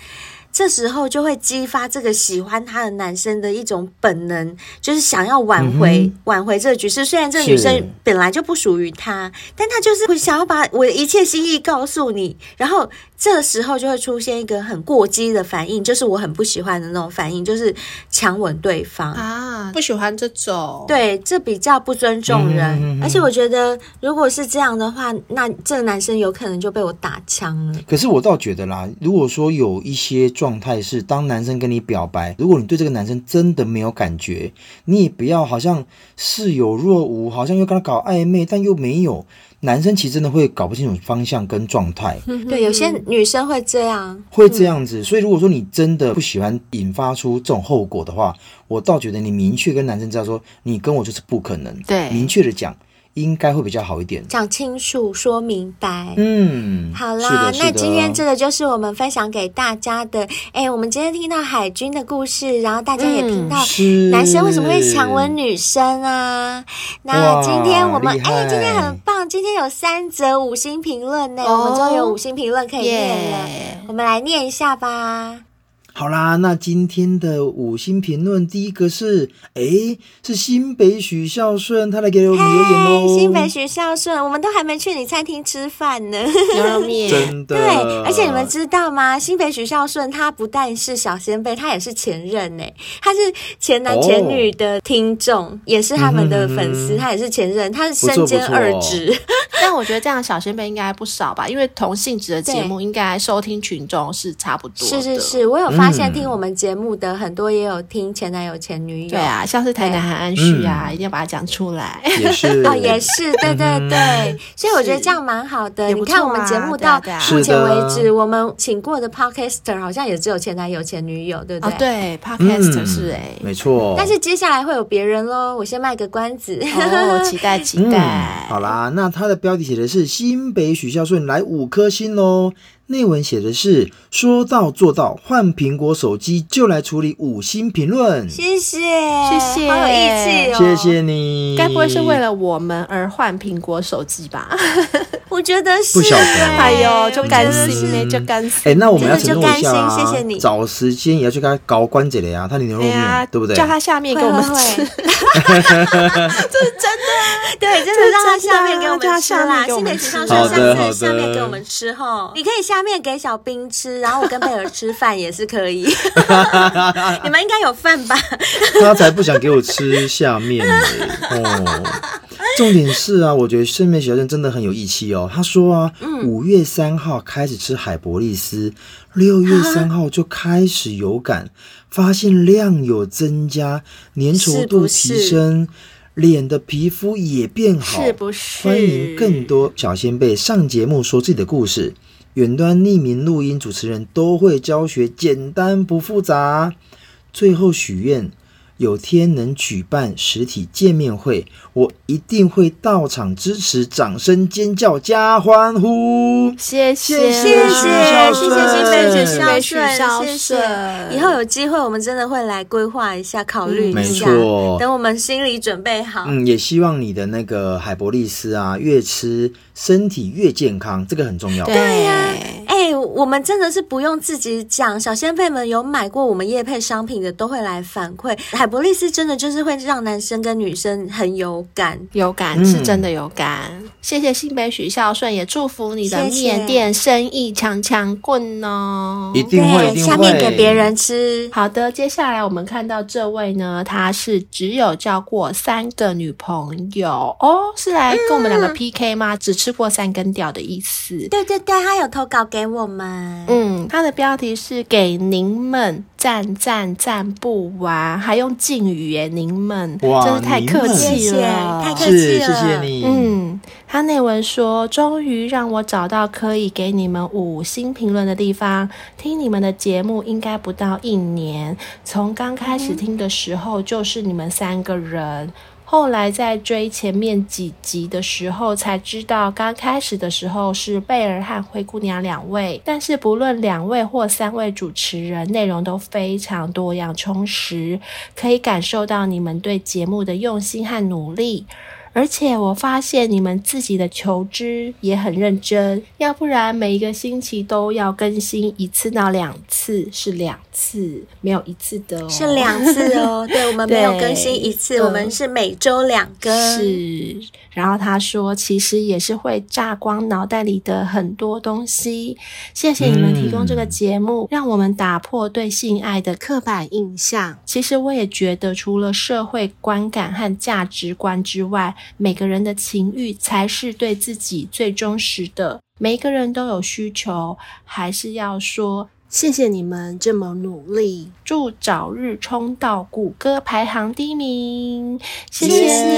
[SPEAKER 4] 这时候就会激发这个喜欢她的男生的一种本能，就是想要挽回、
[SPEAKER 2] 嗯
[SPEAKER 4] 挽回这个局势。虽然这个女
[SPEAKER 2] 是
[SPEAKER 4] 生本来就不属于他，但他就是会想要把我的一切心意告诉你，然后这时候就会出现一个很过激的反应，就是我很不喜欢的那种反应，就是强吻对方。
[SPEAKER 3] 啊，不喜欢这种，，
[SPEAKER 4] 对，这比较不尊重人，
[SPEAKER 2] 哦嗯嗯嗯嗯
[SPEAKER 4] 而且我觉得如果是这样的话，那这个男生有可能就被我打枪了。
[SPEAKER 2] 可是我倒觉得啦，如果说有一些状态是，当男生跟你表白，如果你对这个男生真的没有感觉，你也不要好像似有若无，好像又跟他搞暧昧，但又没有。男生其实真的会搞不清楚方向跟状态，
[SPEAKER 4] 对，有些女生会这样。
[SPEAKER 2] 会这样子。所以如果说你真的不喜欢引发出这种后果的话，我倒觉得你明确跟男生知道说，你跟我就是不可能，
[SPEAKER 3] 对
[SPEAKER 2] 明确的讲，应该会比较好一点。
[SPEAKER 4] 讲清楚，说明白。
[SPEAKER 2] 嗯，
[SPEAKER 4] 好
[SPEAKER 2] 是
[SPEAKER 4] 啦
[SPEAKER 2] 的，嗯是
[SPEAKER 4] 那
[SPEAKER 2] 的
[SPEAKER 4] 今天这个就是我们分享给大家的。哎，我们今天听到海军的故事，然后大家也听到
[SPEAKER 2] 是
[SPEAKER 4] 男生为什么会强吻女生啊？那
[SPEAKER 2] 哇
[SPEAKER 4] 今天我们
[SPEAKER 2] 厉害
[SPEAKER 4] 哎，今天很棒，今天有三则五星评论呢，
[SPEAKER 3] 哦
[SPEAKER 4] 我们终于有五星评论可以念了。
[SPEAKER 3] 耶
[SPEAKER 4] 我们来念一下吧。
[SPEAKER 2] 好啦，那今天的五星评论第一个是，诶，是新北许孝顺，他来给我们留言
[SPEAKER 4] 嗨，
[SPEAKER 2] 喽。
[SPEAKER 4] 新北许孝顺，我们都还没去你餐厅吃饭呢。
[SPEAKER 3] 牛肉面，
[SPEAKER 2] 真的，
[SPEAKER 4] 对， 而且你们知道吗？新北许孝顺他不但是小先辈，他也是前任呢、他是前男前女的听众，也是他们的粉丝，
[SPEAKER 2] 哦嗯哼
[SPEAKER 4] 他也是前任，他是
[SPEAKER 2] 不错
[SPEAKER 4] 身兼
[SPEAKER 2] 不错啊
[SPEAKER 4] 二职。
[SPEAKER 3] 但我觉得这样小先辈应该不少吧，因为同性质的节目应该收听群众是差不多
[SPEAKER 4] 是
[SPEAKER 3] 的，
[SPEAKER 4] 是是，我有发现
[SPEAKER 2] 嗯
[SPEAKER 4] 听我们节目的很多也有听前男友前女友。
[SPEAKER 3] 对
[SPEAKER 2] 嗯
[SPEAKER 3] 啊，像是台南韩安旭啊，一定要把它讲出来。
[SPEAKER 2] 也是
[SPEAKER 4] 哦，也是，对对
[SPEAKER 2] 嗯
[SPEAKER 4] 对，所以我觉得
[SPEAKER 3] 是
[SPEAKER 4] 这样蛮好的。
[SPEAKER 3] 也
[SPEAKER 4] 你
[SPEAKER 3] 不
[SPEAKER 4] 看
[SPEAKER 3] 错
[SPEAKER 4] 我们节
[SPEAKER 3] 啊
[SPEAKER 4] 目
[SPEAKER 3] 对啊
[SPEAKER 4] 到
[SPEAKER 3] 对啊
[SPEAKER 4] 目
[SPEAKER 2] 是
[SPEAKER 4] 前
[SPEAKER 2] 的
[SPEAKER 4] 为止，我们请过的 podcaster 好像也只有前男友、前女友，对不
[SPEAKER 3] 哦，
[SPEAKER 4] 对？
[SPEAKER 3] 对，Podcast
[SPEAKER 2] 嗯
[SPEAKER 3] 是哎，
[SPEAKER 2] 没错。
[SPEAKER 4] 但是接下来会有别人喽，我先卖个关子。
[SPEAKER 3] 哦，期待期
[SPEAKER 2] 嗯，
[SPEAKER 3] 待，
[SPEAKER 2] 好啦，那它的标题写的是“新北许孝顺来五颗星喽”，内文写的是“说到做到，换苹果手机就来处理五星评论”，谢
[SPEAKER 4] 谢谢，
[SPEAKER 3] 谢谢
[SPEAKER 4] 好有义气哦！
[SPEAKER 2] 谢，你。
[SPEAKER 3] 该不会是为了我们而换苹果手机吧？
[SPEAKER 4] 我觉得是
[SPEAKER 2] 不晓得
[SPEAKER 4] 欸
[SPEAKER 3] 哎呦，就甘
[SPEAKER 4] 我觉得
[SPEAKER 3] 心
[SPEAKER 4] 是
[SPEAKER 3] 呢，就甘心。
[SPEAKER 2] 哎、那我们要承诺一下、
[SPEAKER 4] 真的就甘
[SPEAKER 2] 啊，
[SPEAKER 4] 心谢谢你
[SPEAKER 2] 找时间也要去跟他搞关节的呀，他的牛肉
[SPEAKER 3] 哎
[SPEAKER 2] 面，
[SPEAKER 3] 呀，
[SPEAKER 2] 对不对？
[SPEAKER 3] 叫他下面给我们 吃，
[SPEAKER 4] 对，真的让他
[SPEAKER 3] 这真的
[SPEAKER 4] 下面给我
[SPEAKER 3] 叫他
[SPEAKER 4] 们吃
[SPEAKER 3] 下面
[SPEAKER 4] 啦。
[SPEAKER 3] 给我
[SPEAKER 4] 新北
[SPEAKER 3] 们
[SPEAKER 4] 请
[SPEAKER 3] 吃
[SPEAKER 4] 上
[SPEAKER 2] 好
[SPEAKER 4] 说
[SPEAKER 2] 的
[SPEAKER 4] 下次
[SPEAKER 2] 好
[SPEAKER 4] 下面
[SPEAKER 2] 的
[SPEAKER 4] 给我们吃吼，你可以下面给小兵吃，然后我跟贝尔吃饭也是 可以。你们应该有饭吧？
[SPEAKER 2] 他才不想给我吃下面嘞哦。重点是啊，我觉得圣美小镇真的很有义气哦。他说啊，
[SPEAKER 4] 嗯
[SPEAKER 2] 五、月三号开始吃海博利斯，六月三号就开始有感，发现量有增加，粘稠度
[SPEAKER 4] 是
[SPEAKER 2] 提
[SPEAKER 4] 不是
[SPEAKER 2] 升，脸的皮肤也变好，
[SPEAKER 3] 是不是？
[SPEAKER 2] 欢迎更多小先辈上节目说自己的故事。远端匿名录音主持人都会教学，简单不复杂。最后许愿，有天能举办实体见面会，我一定会到场支持，掌声、尖叫加欢呼。
[SPEAKER 3] 谢
[SPEAKER 2] 谢
[SPEAKER 4] 谢谢
[SPEAKER 2] 许
[SPEAKER 4] 谢
[SPEAKER 2] 孝
[SPEAKER 4] 谢
[SPEAKER 2] 顺
[SPEAKER 4] 新
[SPEAKER 3] 北
[SPEAKER 4] 北
[SPEAKER 3] 许
[SPEAKER 4] 许
[SPEAKER 3] 孝
[SPEAKER 4] 孝顺，谢
[SPEAKER 3] 顺
[SPEAKER 4] 谢。以后有机会，我们真的会来规划一下，考虑
[SPEAKER 2] 没
[SPEAKER 4] 一下。
[SPEAKER 2] 错
[SPEAKER 4] 等我们心里准备好。
[SPEAKER 2] 嗯，也希望你的那个海博利斯啊，越吃身体越健康，这个很重要。
[SPEAKER 3] 对呀、
[SPEAKER 4] 哎、我们真的是不用自己讲，小先辈们有买过我们叶配商品的，都会来反馈。海博利斯真的就是会让男生跟女生很有感。
[SPEAKER 3] 有感
[SPEAKER 2] 嗯
[SPEAKER 3] 是真的有感。谢谢新北许孝顺，也祝福你的
[SPEAKER 4] 谢谢
[SPEAKER 3] 面店生意强强棍哦。
[SPEAKER 2] 一定会，一定会。
[SPEAKER 4] 下面给别人吃。
[SPEAKER 3] 好的，接下来我们看到这位呢，他是只有交过三个女朋友哦，是来跟我们两个 PK 吗？只吃过三根屌的意思。
[SPEAKER 4] 嗯对对对，他有投稿给我们。
[SPEAKER 3] 嗯，他的标题是给您们赞赞赞不完，还用敬语耶，您们，
[SPEAKER 2] 哇
[SPEAKER 3] 真是太客气
[SPEAKER 4] 您们
[SPEAKER 3] 了，
[SPEAKER 4] 谢谢太客气
[SPEAKER 2] 是，
[SPEAKER 4] 了
[SPEAKER 2] 谢谢你。
[SPEAKER 3] 嗯，他内文说：“终于让我找到可以给你们五星评论的地方。听你们的节目应该不到一年，从刚开始听的时候就是你们三个人。后来在追前面几集的时候，才知道刚开始的时候是贝尔和灰姑娘两位，但是不论两位或三位主持人，内容都非常多样充实，可以感受到你们对节目的用心和努力。而且我发现你们自己的求知也很认真，要不然每一个星期都要更新一次到两次，是两次，没有一次的哦，
[SPEAKER 4] 是两次哦，对我们没有更新一次，
[SPEAKER 3] 嗯
[SPEAKER 4] 我们是每周两更。
[SPEAKER 3] 是，然后他说，其实也是会榨光脑袋里的很多东西。谢谢你们提供这个节目，让我们打破对性爱的刻板印象。其实我也觉得，除了社会观感和价值观之外，每个人的情欲才是对自己最忠实的。每一个人都有需求，还是要说谢谢你们这么努力，祝早日冲到谷歌排行第一名。谢谢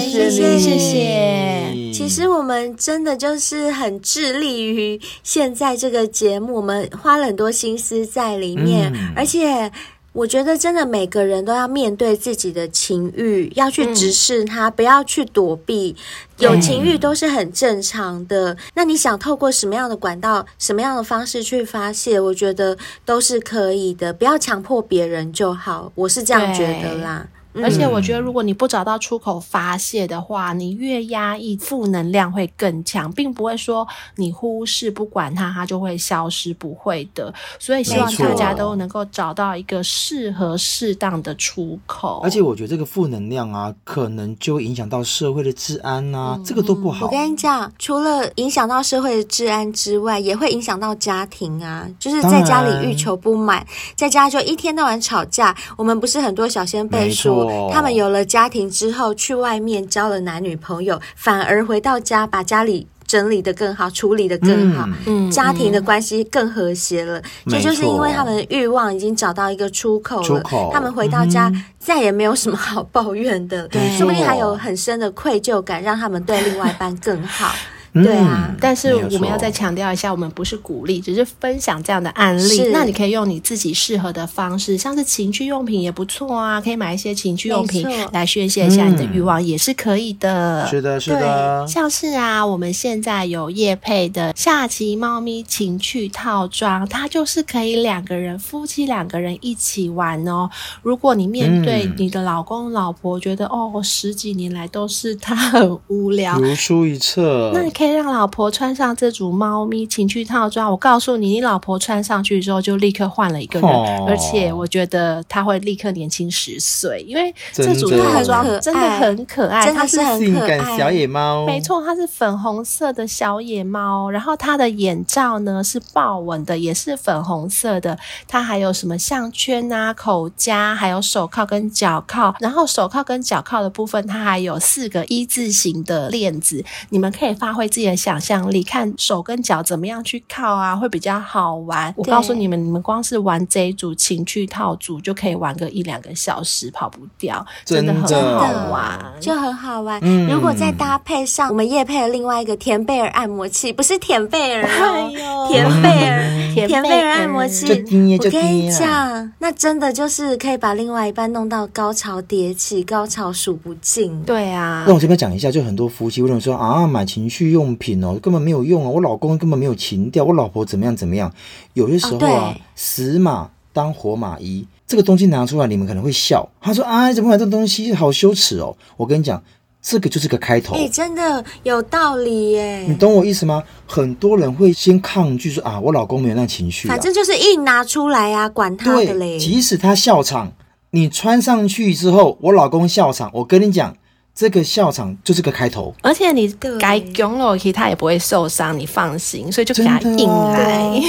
[SPEAKER 3] 谢谢
[SPEAKER 4] 谢
[SPEAKER 3] 谢
[SPEAKER 4] 谢谢
[SPEAKER 3] 谢。
[SPEAKER 2] 你
[SPEAKER 4] 其实我们真的就是很致力于现在这个节目，我们花了很多心思在里面，
[SPEAKER 2] 嗯
[SPEAKER 4] 而且。我觉得真的每个人都要面对自己的情欲，要去直视它，不要去躲避。有情欲都是很正常的。那你想透过什么样的管道、什么样的方式去发泄，我觉得都是可以的，不要强迫别人就好。我是这样觉得啦。嗯
[SPEAKER 3] 而且我觉得，如果你不找到出口发泄的话，你越压抑，负能量会更强，并不会说你忽视不管它，它就会消失，不会的。所以希望
[SPEAKER 2] 没错
[SPEAKER 3] 大家都能够找到一个适合、适当的出口。
[SPEAKER 2] 而且我觉得这个负能量啊，可能就会影响到社会的治安啊，这个都不好。
[SPEAKER 4] 嗯我跟你讲，除了影响到社会的治安之外，也会影响到家庭啊。就是在家
[SPEAKER 2] 当然
[SPEAKER 4] 里欲求不满，在家就一天到晚吵架。我们不是很多小先辈
[SPEAKER 2] 没
[SPEAKER 4] 说
[SPEAKER 2] 错，
[SPEAKER 4] 他们有了家庭之后，去外面交了男女朋友，反而回到家把家里整理的更好，处理的更好。
[SPEAKER 2] 嗯
[SPEAKER 3] 嗯
[SPEAKER 4] 家庭的关系更和谐了，这
[SPEAKER 2] 没
[SPEAKER 4] 就是因为
[SPEAKER 2] 错
[SPEAKER 4] 他们的欲望已经找到一个出口了。
[SPEAKER 2] 出口
[SPEAKER 4] 他们回到家、再也没有什么好抱怨的了，
[SPEAKER 3] 对
[SPEAKER 4] 说不定还有很深的愧疚感，让他们对另外一半更好。
[SPEAKER 2] 嗯
[SPEAKER 4] 对啊，
[SPEAKER 3] 但是
[SPEAKER 2] 没有错
[SPEAKER 3] 我们要再强调一下，我们不是鼓励，只是分享这样的案例
[SPEAKER 4] 是。
[SPEAKER 3] 那你可以用你自己适合的方式，像是情趣用品也不错啊，可以买一些情趣用品
[SPEAKER 4] 没错
[SPEAKER 3] 来宣泄一下你的欲望，也是可以的。
[SPEAKER 2] 是的，是的，
[SPEAKER 3] 像是啊，我们现在有叶配的下棋猫咪情趣套装，它就是可以两个人夫妻两个人一起玩哦。如果你面对
[SPEAKER 2] 嗯
[SPEAKER 3] 你的老公老婆，觉得哦，我十几年来都是他很无聊。
[SPEAKER 2] 如出一辙。
[SPEAKER 3] 那你可以让老婆穿上这组猫咪情趣套装，我告诉你，你老婆穿上去之后就立刻换了一个人，
[SPEAKER 2] 哦
[SPEAKER 3] 而且我觉得她会立刻年轻十岁，因为这组
[SPEAKER 2] 真的
[SPEAKER 3] 套装
[SPEAKER 4] 很可
[SPEAKER 3] 真的
[SPEAKER 4] 爱
[SPEAKER 3] 很可爱，
[SPEAKER 4] 真的
[SPEAKER 3] 它
[SPEAKER 4] 是很
[SPEAKER 2] 性
[SPEAKER 4] 可
[SPEAKER 2] 感
[SPEAKER 4] 爱
[SPEAKER 2] 小野猫，
[SPEAKER 3] 没，错，它是粉红色的小野猫，然后它的眼罩呢是豹纹的，也是粉红色的。它还有什么项圈啊、口夹，还有手铐跟脚铐。然后手铐跟脚铐的部分，它还有四个一字形的链子，你们可以发挥自己的想象力，看手跟脚怎么样去铐啊，会比较好玩。我
[SPEAKER 4] 对
[SPEAKER 3] 告诉你们，你们光是玩这一组情趣套组就可以玩个一两个小时，跑不掉，真的很
[SPEAKER 2] 真的
[SPEAKER 3] 好玩。
[SPEAKER 4] 就很好玩。
[SPEAKER 2] 嗯
[SPEAKER 4] 如果再搭配上我们叶配的另外一个甜贝尔按摩器，不是舔贝尔哦，
[SPEAKER 3] 哎呦
[SPEAKER 4] 甜贝尔，啊田
[SPEAKER 3] 贝
[SPEAKER 4] 贝尔按摩
[SPEAKER 3] 嗯
[SPEAKER 4] 器
[SPEAKER 2] 就捏，
[SPEAKER 4] 我
[SPEAKER 2] 就
[SPEAKER 4] 跟你
[SPEAKER 2] 捏啊
[SPEAKER 4] 讲，那真的就是可以把另外一半弄到高潮迭起，高潮数不尽。
[SPEAKER 3] 对啊
[SPEAKER 2] 那，我这边讲一下，就很多夫妻为什么说啊买情趣用品哦，根本没有用啊，我老公根本没有情调，我老婆怎么样怎么样。有些时候啊，
[SPEAKER 4] 哦对
[SPEAKER 2] 死马当活马医，这个东西拿出来，你们可能会笑。他说啊，怎么买这种东西，好羞耻哦。我跟你讲，这个就是个开头。
[SPEAKER 4] 哎、真的有道理
[SPEAKER 2] 你
[SPEAKER 4] 耶。
[SPEAKER 2] 懂我意思吗？很多人会先抗拒说啊，我老公没有那情绪、啊，
[SPEAKER 4] 反正就是一拿出来啊，管他的嘞
[SPEAKER 2] 对，。即使他笑场，你穿上去之后，我老公笑场，我跟你讲，这个笑场就是个开头。
[SPEAKER 3] 而且你
[SPEAKER 4] 对
[SPEAKER 3] 改用了，其实他也不会受伤，你放心，所以就给他
[SPEAKER 2] 真的
[SPEAKER 3] 硬
[SPEAKER 2] 啊
[SPEAKER 3] 来。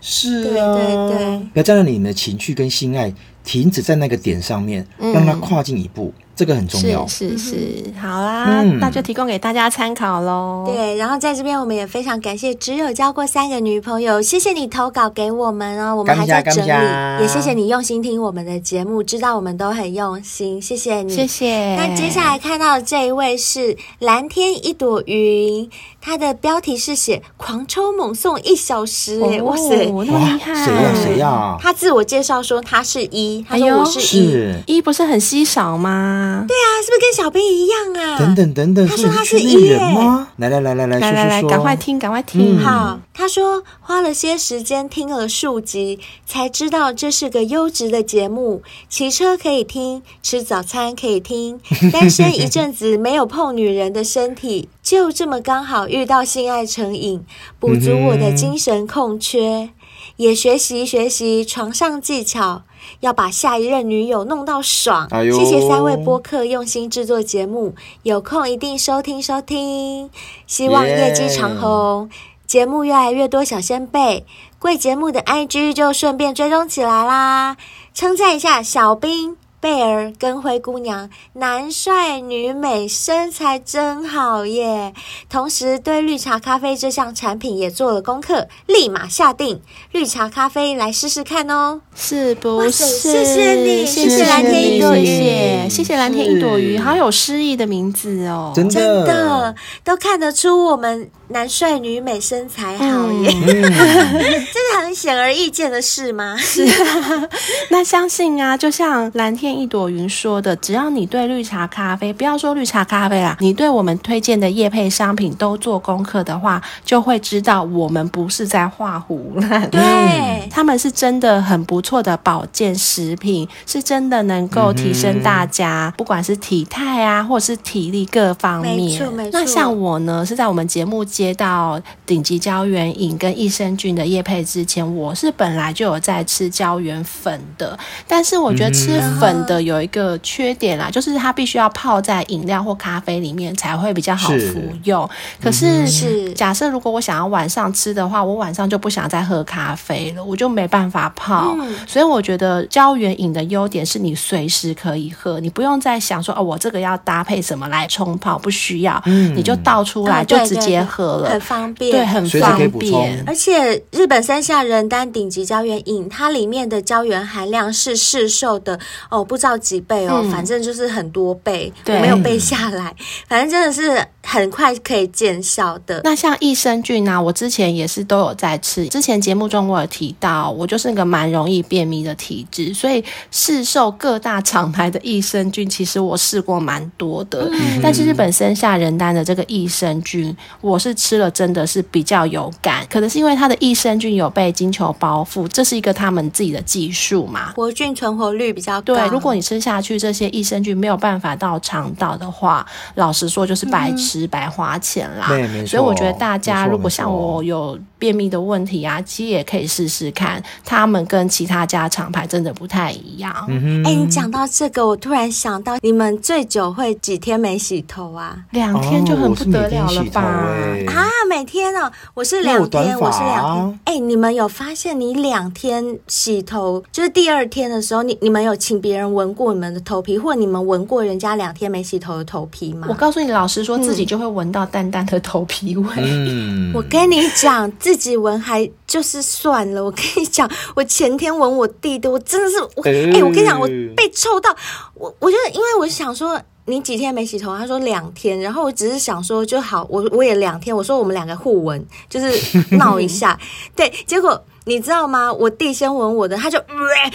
[SPEAKER 2] 是啊，
[SPEAKER 4] 对对对
[SPEAKER 2] 不要再让你们的情绪跟性爱停止在那个点上面，
[SPEAKER 4] 嗯
[SPEAKER 2] 让它跨进一步，这个很重要。
[SPEAKER 3] 是是是，好啦，
[SPEAKER 2] 嗯
[SPEAKER 3] 那就提供给大家参考喽。
[SPEAKER 4] 对，然后在这边我们也非常感谢只有交过三个女朋友，谢谢你投稿给我们哦，我们还在
[SPEAKER 2] 感谢啊
[SPEAKER 4] 整
[SPEAKER 2] 感谢
[SPEAKER 4] 理，也谢谢你用心听我们的节目，知道我们都很用心，谢谢你，
[SPEAKER 3] 谢谢。
[SPEAKER 4] 那接下来看到的这一位是蓝天一朵云，它的标题是写“狂抽猛送一小时、欸”哇塞！
[SPEAKER 3] 哦，那么厉害，
[SPEAKER 2] 谁呀、谁呀、
[SPEAKER 4] 他自我介绍说他是一，他
[SPEAKER 3] 哎呦
[SPEAKER 4] 说我是一、
[SPEAKER 2] 是
[SPEAKER 3] 一不是很稀少吗？对，
[SPEAKER 4] 啊，是不是跟小兵一样啊？
[SPEAKER 2] 等等等等，
[SPEAKER 4] 他
[SPEAKER 2] 所以
[SPEAKER 4] 说
[SPEAKER 2] 你
[SPEAKER 4] 他
[SPEAKER 2] 是圈
[SPEAKER 4] 是
[SPEAKER 2] 内
[SPEAKER 4] 一耶
[SPEAKER 2] 人吗？来来来来来，说
[SPEAKER 3] 来来来，
[SPEAKER 2] 说说，
[SPEAKER 3] 赶快听，赶快听。
[SPEAKER 2] 嗯
[SPEAKER 4] 好，他说花了些时间听了数集，才知道这是个优质的节目。骑车可以听，吃早餐可 以听，单身一阵子没有碰女人的身体，就这么刚好遇到性爱成瘾，补足我的精神空缺，也学习学习床上技巧。要把下一任女友弄到爽！
[SPEAKER 2] 哎呦
[SPEAKER 4] 谢谢三位播客用心制作节目，有空一定收听收听。希望业绩长虹节目越来越多小先辈，贵节目的 IG 就顺便追踪起来啦，称赞一下小兵。贝儿跟灰姑娘，男帅女美，身材真好耶！同时对绿茶咖啡这项产品也做了功课，立马下定绿茶咖啡来试试看哦。
[SPEAKER 3] 是不
[SPEAKER 4] 哇
[SPEAKER 3] 是？
[SPEAKER 4] 塞谢谢你
[SPEAKER 3] 谢
[SPEAKER 4] 谢谢蓝天一朵
[SPEAKER 3] 你
[SPEAKER 4] 云
[SPEAKER 3] 谢谢谢谢蓝天一朵云，
[SPEAKER 2] 是
[SPEAKER 3] 好有诗意的名字哦。
[SPEAKER 2] 真
[SPEAKER 4] 真的都看得出我们男帅女美身材好耶，
[SPEAKER 2] 嗯
[SPEAKER 4] 这是很显而易见的事吗？是，
[SPEAKER 3] 那相信啊，就像蓝天一朵云说的，只要你对绿茶咖啡，不要说绿茶咖啡啦，你对我们推荐的叶配商品都做功课的话，就会知道我们不是在画胡乱。
[SPEAKER 4] 对。嗯
[SPEAKER 3] 他们是真的很不错的保健食品，是真的能够提升大家，不管是体态啊，或是体力各方面。
[SPEAKER 4] 没错没错
[SPEAKER 3] 那像我呢，是在我们节目接到顶级胶原饮跟益生菌的叶配之前，我是本来就有在吃胶原粉的，但是我觉得吃粉
[SPEAKER 4] 嗯
[SPEAKER 3] 的有一个缺点啦，就是它必须要泡在饮料或咖啡里面才会比较好
[SPEAKER 2] 是
[SPEAKER 3] 服用。可
[SPEAKER 2] 嗯
[SPEAKER 3] 是
[SPEAKER 4] 是
[SPEAKER 3] 假设如果我想要晚上吃的话，我晚上就不想再喝咖啡了，我就没办法泡。
[SPEAKER 2] 嗯
[SPEAKER 3] 所以我觉得胶原饮的优点是你随时可以喝，你不用再想说哦，我这个要搭配什么来冲泡，不需要，
[SPEAKER 2] 嗯
[SPEAKER 3] 你就倒出来
[SPEAKER 2] 啊
[SPEAKER 4] 哦
[SPEAKER 3] 就
[SPEAKER 4] 对
[SPEAKER 3] 直
[SPEAKER 4] 对
[SPEAKER 3] 接
[SPEAKER 4] 对
[SPEAKER 3] 喝了，
[SPEAKER 4] 很方便
[SPEAKER 3] 对，很
[SPEAKER 2] 随时可以
[SPEAKER 3] 方
[SPEAKER 2] 补充
[SPEAKER 3] 便。
[SPEAKER 4] 而且日本山下仁丹顶级胶原饮，它里面的胶原含量是市售的哦，不知道几倍哦，反正就是很多倍，我
[SPEAKER 3] 嗯对嗯
[SPEAKER 4] 没有背下来，反正真的是很快可以见效的。
[SPEAKER 3] 那像益生菌啊，我之前也是都有在吃。之前节目中我有提到，我就是个蛮容易便秘的体质，所以市售各大厂牌的益生菌，其实我试过蛮多的。但是日本生下人丹的这个益生菌，我是吃了真的是比较有感，可能是因为它的益生菌有被金球包覆，这是一个他们自己的技术嘛。
[SPEAKER 4] 活菌存活率比较高，
[SPEAKER 3] 对，如果你吃下去这些益生菌没有办法到肠道的话，老实说就是白吃、白花钱啦。
[SPEAKER 2] 对没
[SPEAKER 3] 所以我
[SPEAKER 2] 错
[SPEAKER 3] 觉得大
[SPEAKER 2] 没
[SPEAKER 3] 家
[SPEAKER 2] 错
[SPEAKER 3] 如
[SPEAKER 2] 没
[SPEAKER 3] 果像
[SPEAKER 2] 错
[SPEAKER 3] 我有便秘的问题啊，其实也可以试试看，他们跟其他家厂牌真的不太一样。
[SPEAKER 2] 嗯
[SPEAKER 4] 哎、你讲到这个，我突然想到，你们最久会几天没洗头啊？
[SPEAKER 3] 两天就
[SPEAKER 2] 哦
[SPEAKER 3] 很
[SPEAKER 2] 我
[SPEAKER 3] 不
[SPEAKER 2] 是每
[SPEAKER 3] 得
[SPEAKER 2] 天
[SPEAKER 3] 了了
[SPEAKER 2] 洗头
[SPEAKER 3] 吧？
[SPEAKER 2] 欸
[SPEAKER 4] 啊，每天哦，我是
[SPEAKER 2] 那我
[SPEAKER 4] 两
[SPEAKER 2] 短
[SPEAKER 4] 天，
[SPEAKER 2] 发
[SPEAKER 4] 我是两
[SPEAKER 2] 啊
[SPEAKER 4] 天。哎、你们有发现你两天洗头，就是第二天的时候，你你们有请别人闻过你们的头皮，或你们闻过人家两天没洗头的头皮吗
[SPEAKER 3] 我？告诉你，老实说，自己就会闻到淡淡的头皮味。
[SPEAKER 2] 嗯，
[SPEAKER 4] 我跟你讲，自己闻还就是算了。我跟你讲，我前天闻我弟的，我真的是我哎、
[SPEAKER 2] 哎
[SPEAKER 4] 我跟你讲，我被臭到我，我就因为我想说。你几天没洗头？他说两天，然后我只是想 说就好，我我也两天，我说我们两个互闻，就是闹一下，对，结果。你知道吗？我弟先吻我的，他就、 呃、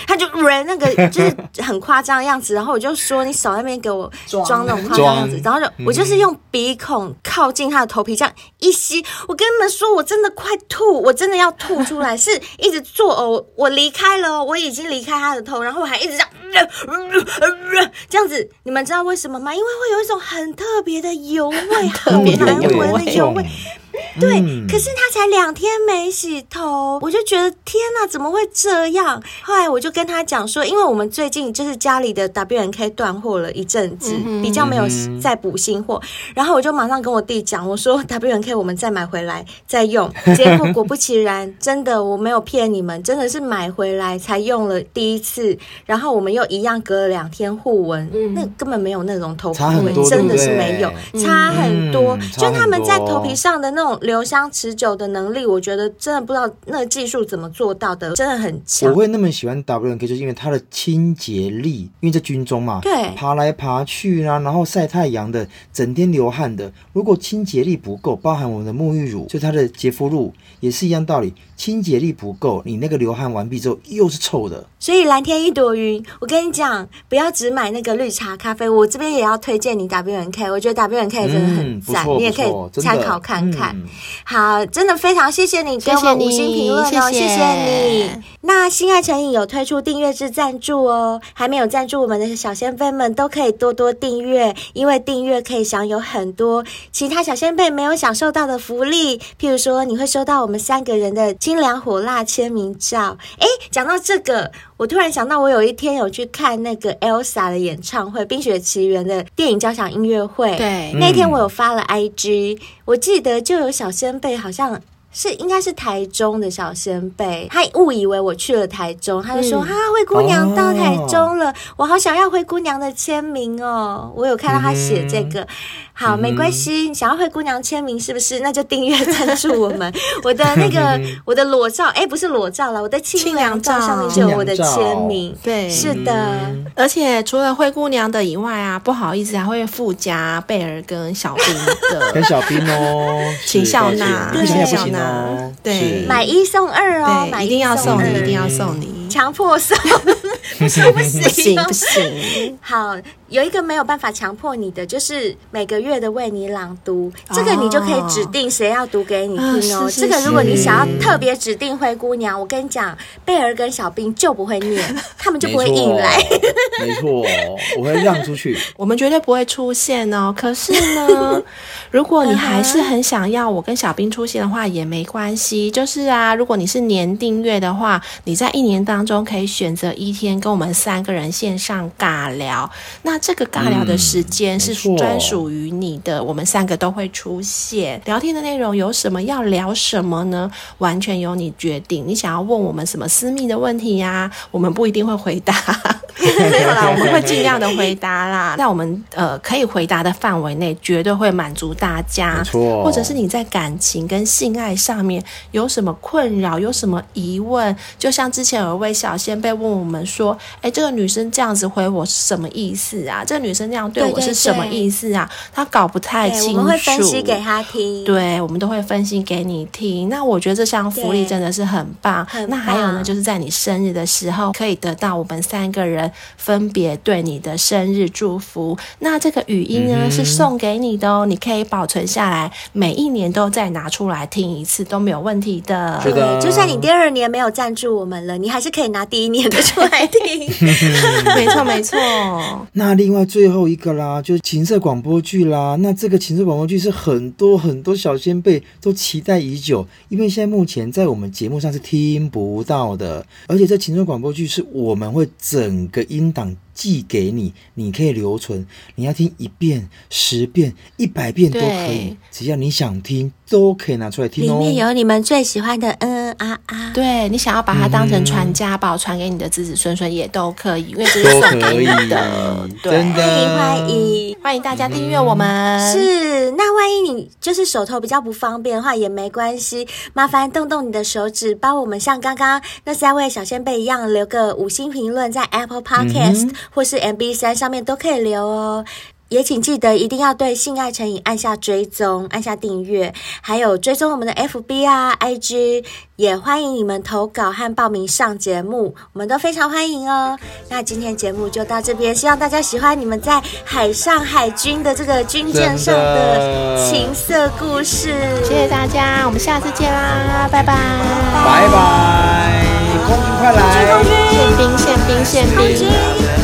[SPEAKER 4] 他就、呃、那个就是 很夸张的样子，然后我就说你少在那边给我装那种夸张样子，然后就我就是用鼻孔靠近他的头皮这样一吸，我跟你们说，我真的快吐，我真的要吐出 来，是一直作呕，我离开了，我已经离开他的头，然后我还一直这样、 呃、这样子，你们知道为什么吗？因为会有一种很特别的油味，很
[SPEAKER 2] 嗯
[SPEAKER 4] 难闻的油味。对，嗯、可是他才两天没洗头，我就觉得天哪，怎么会这样？后来我就跟他讲说，因为我们最近就是家里的 W N K 断货了一阵子，嗯、比较没有再补新货，嗯、然后我就马上跟我弟讲，我说 W N K 我们再买回来再 用。结果果不其然，真的我没有骗你们，真的是买回来才用了第一次，然后我们又一样隔了两天互闻，那根本没有那种头皮味，真的是没有，嗯差很多，就他们在头皮上的那。种留香持久的能力，我觉得真的不知道那个技术怎么做到的，真的很强。
[SPEAKER 2] 我会那么喜欢 WNK，就是因为它的清洁力，因为在军中嘛，
[SPEAKER 4] 对，
[SPEAKER 2] 爬来爬去啊，然后晒太阳的，整天流汗的，如果清洁力不够，包含我们的沐浴乳，就它的洁肤露也是一样道理，清洁力不够，你那个流汗完毕之后又是臭的。
[SPEAKER 4] 所以蓝天一朵云，我跟你讲，不要只买那个绿茶咖啡，我这边也要推荐你 WNK，我觉得 WNK 哎真的很赞，
[SPEAKER 2] 嗯、
[SPEAKER 4] 你也可以参考看看。嗯、好，真的非常谢谢你给我们五星评论哦，
[SPEAKER 3] 谢谢,
[SPEAKER 4] 谢谢你。那心爱成瘾有推出订阅制赞助哦，还没有赞助我们的小先辈们都可以多多订阅，因为订阅可以享有很多其他小先辈没有享受到的福利，譬如说你会收到我们三个人的清凉火辣签名照。哎，讲到这个。我突然想到，我有一天有去看那个 Elsa 的演唱会，《冰雪奇缘》的电影交响音乐会。
[SPEAKER 3] 对，
[SPEAKER 2] 嗯
[SPEAKER 4] 那天我有发了 IG，我记得就有小先辈好像。是，应该是台中的小先辈，他误以为我去了台中，他就说：“哈、嗯啊，灰姑娘到台中了，哦、我好想要灰姑娘的签名哦。”我有看到他写这个，嗯、好，没关系，嗯、想要灰姑娘签名是不是？那就订阅赞助我 们。我的那 个，我的裸照，哎、欸，不是裸照了，我的清凉照上面就有我的签名。
[SPEAKER 3] 对，
[SPEAKER 4] 是的。
[SPEAKER 3] 而且除了灰姑娘的以外啊，不好意思，还会附加贝尔跟小兵 的，
[SPEAKER 2] 跟小兵 哦，
[SPEAKER 3] 请笑纳，
[SPEAKER 2] 请
[SPEAKER 3] 笑纳。
[SPEAKER 2] 哦、
[SPEAKER 3] 对，
[SPEAKER 4] 买一送二哦，
[SPEAKER 3] 买一定要送你，一定嗯要送你，
[SPEAKER 4] 强 迫送，不行不行
[SPEAKER 3] 不行。
[SPEAKER 4] 好，有一个没有办法强迫你的，就是每个月的为你朗读，
[SPEAKER 2] 哦
[SPEAKER 4] 这个你就可以指定谁要读给你听
[SPEAKER 2] 啊
[SPEAKER 4] 哦。
[SPEAKER 3] 哦
[SPEAKER 4] 这个如果你想要特别指定灰姑娘，我跟你讲，贝尔跟小兵就不会 念，他们就不会硬来。
[SPEAKER 2] 没错，我会让出 去，
[SPEAKER 3] 我们绝对不会出现哦。可是呢，如果你还是很想要我跟小兵出现的话，也没。没关系，就是啊，如果你是年订阅的话，你在一年当中可以选择一天跟我们三个人线上尬聊。那这个尬聊的时间是专属于你的，嗯、我们三个都会出现。聊天的内容有什么要聊什么呢？完全由你决定。你想要问我们什么私密的问题呀、啊？我们不一定会回答，好啦，我们会尽量的回答 啦。在我们呃可以回答的范围内，绝对会满足大家。或者是你在感情跟性爱。上面有什么困扰，有什么疑问？就像之前有一位小先辈问我们说：“哎，这个女生这样子回我是什么意思啊？这个女生那样对我是什么意思啊？”他搞不太清楚。
[SPEAKER 4] 哎我们会分析给他听。
[SPEAKER 3] 对，我们都会分析给你听。那我觉得这项福利真的是很棒。
[SPEAKER 4] 很棒
[SPEAKER 3] 那还有呢，就是在你生日的时候，可以得到我们三个人分别对你的生日祝福。那这个语音呢、嗯、是送给你的哦，你可以保存下来，每一年都再拿出来听一次。都没有问题的，
[SPEAKER 2] 是的。
[SPEAKER 4] 就算你第二年没有赞助我们了，你还是可以拿第一年的出来听。
[SPEAKER 3] 没错，没 错。
[SPEAKER 2] 那另外最后一个啦，就是情色广播剧啦。那这个情色广播剧是很多很多小先辈都期待已久，因为现在目前在我们节目上是听不到的，而且这情色广播剧是我们会整个音档。寄给你，你可以留存，你要听一遍、十遍、一百遍都可以，只要你想听都可以拿出来听
[SPEAKER 4] 哦。里面有你们最喜欢的嗯嗯啊啊，
[SPEAKER 3] 对你想要把它当成传家宝，传给你的子子孙孙也都可以，因为这是送给你的。对，
[SPEAKER 2] 欢迎
[SPEAKER 4] 欢迎
[SPEAKER 3] 欢迎大家订阅我们。
[SPEAKER 4] 是，那万一你就是手头比较不方便的话也没关系，麻烦动动你的手指，帮我们像刚刚那三位小先辈一样留个五星评论在 Apple Podcast。或是 MB 三上面都可以留哦。也请记得一定要对性爱成瘾按下追踪，按下订阅，还有追踪我们的 FB 啊、IG，也欢迎你们投稿和报名上节目，我们都非常欢迎哦。那今天节目就到这边，希望大家喜欢你们在海上海军的这个军舰上的
[SPEAKER 2] 真的
[SPEAKER 4] 情色故事。
[SPEAKER 3] 谢谢大家，我们下次见啦，拜拜。
[SPEAKER 2] 拜拜，空军快来！
[SPEAKER 3] 宪兵，宪兵，宪兵。
[SPEAKER 4] 军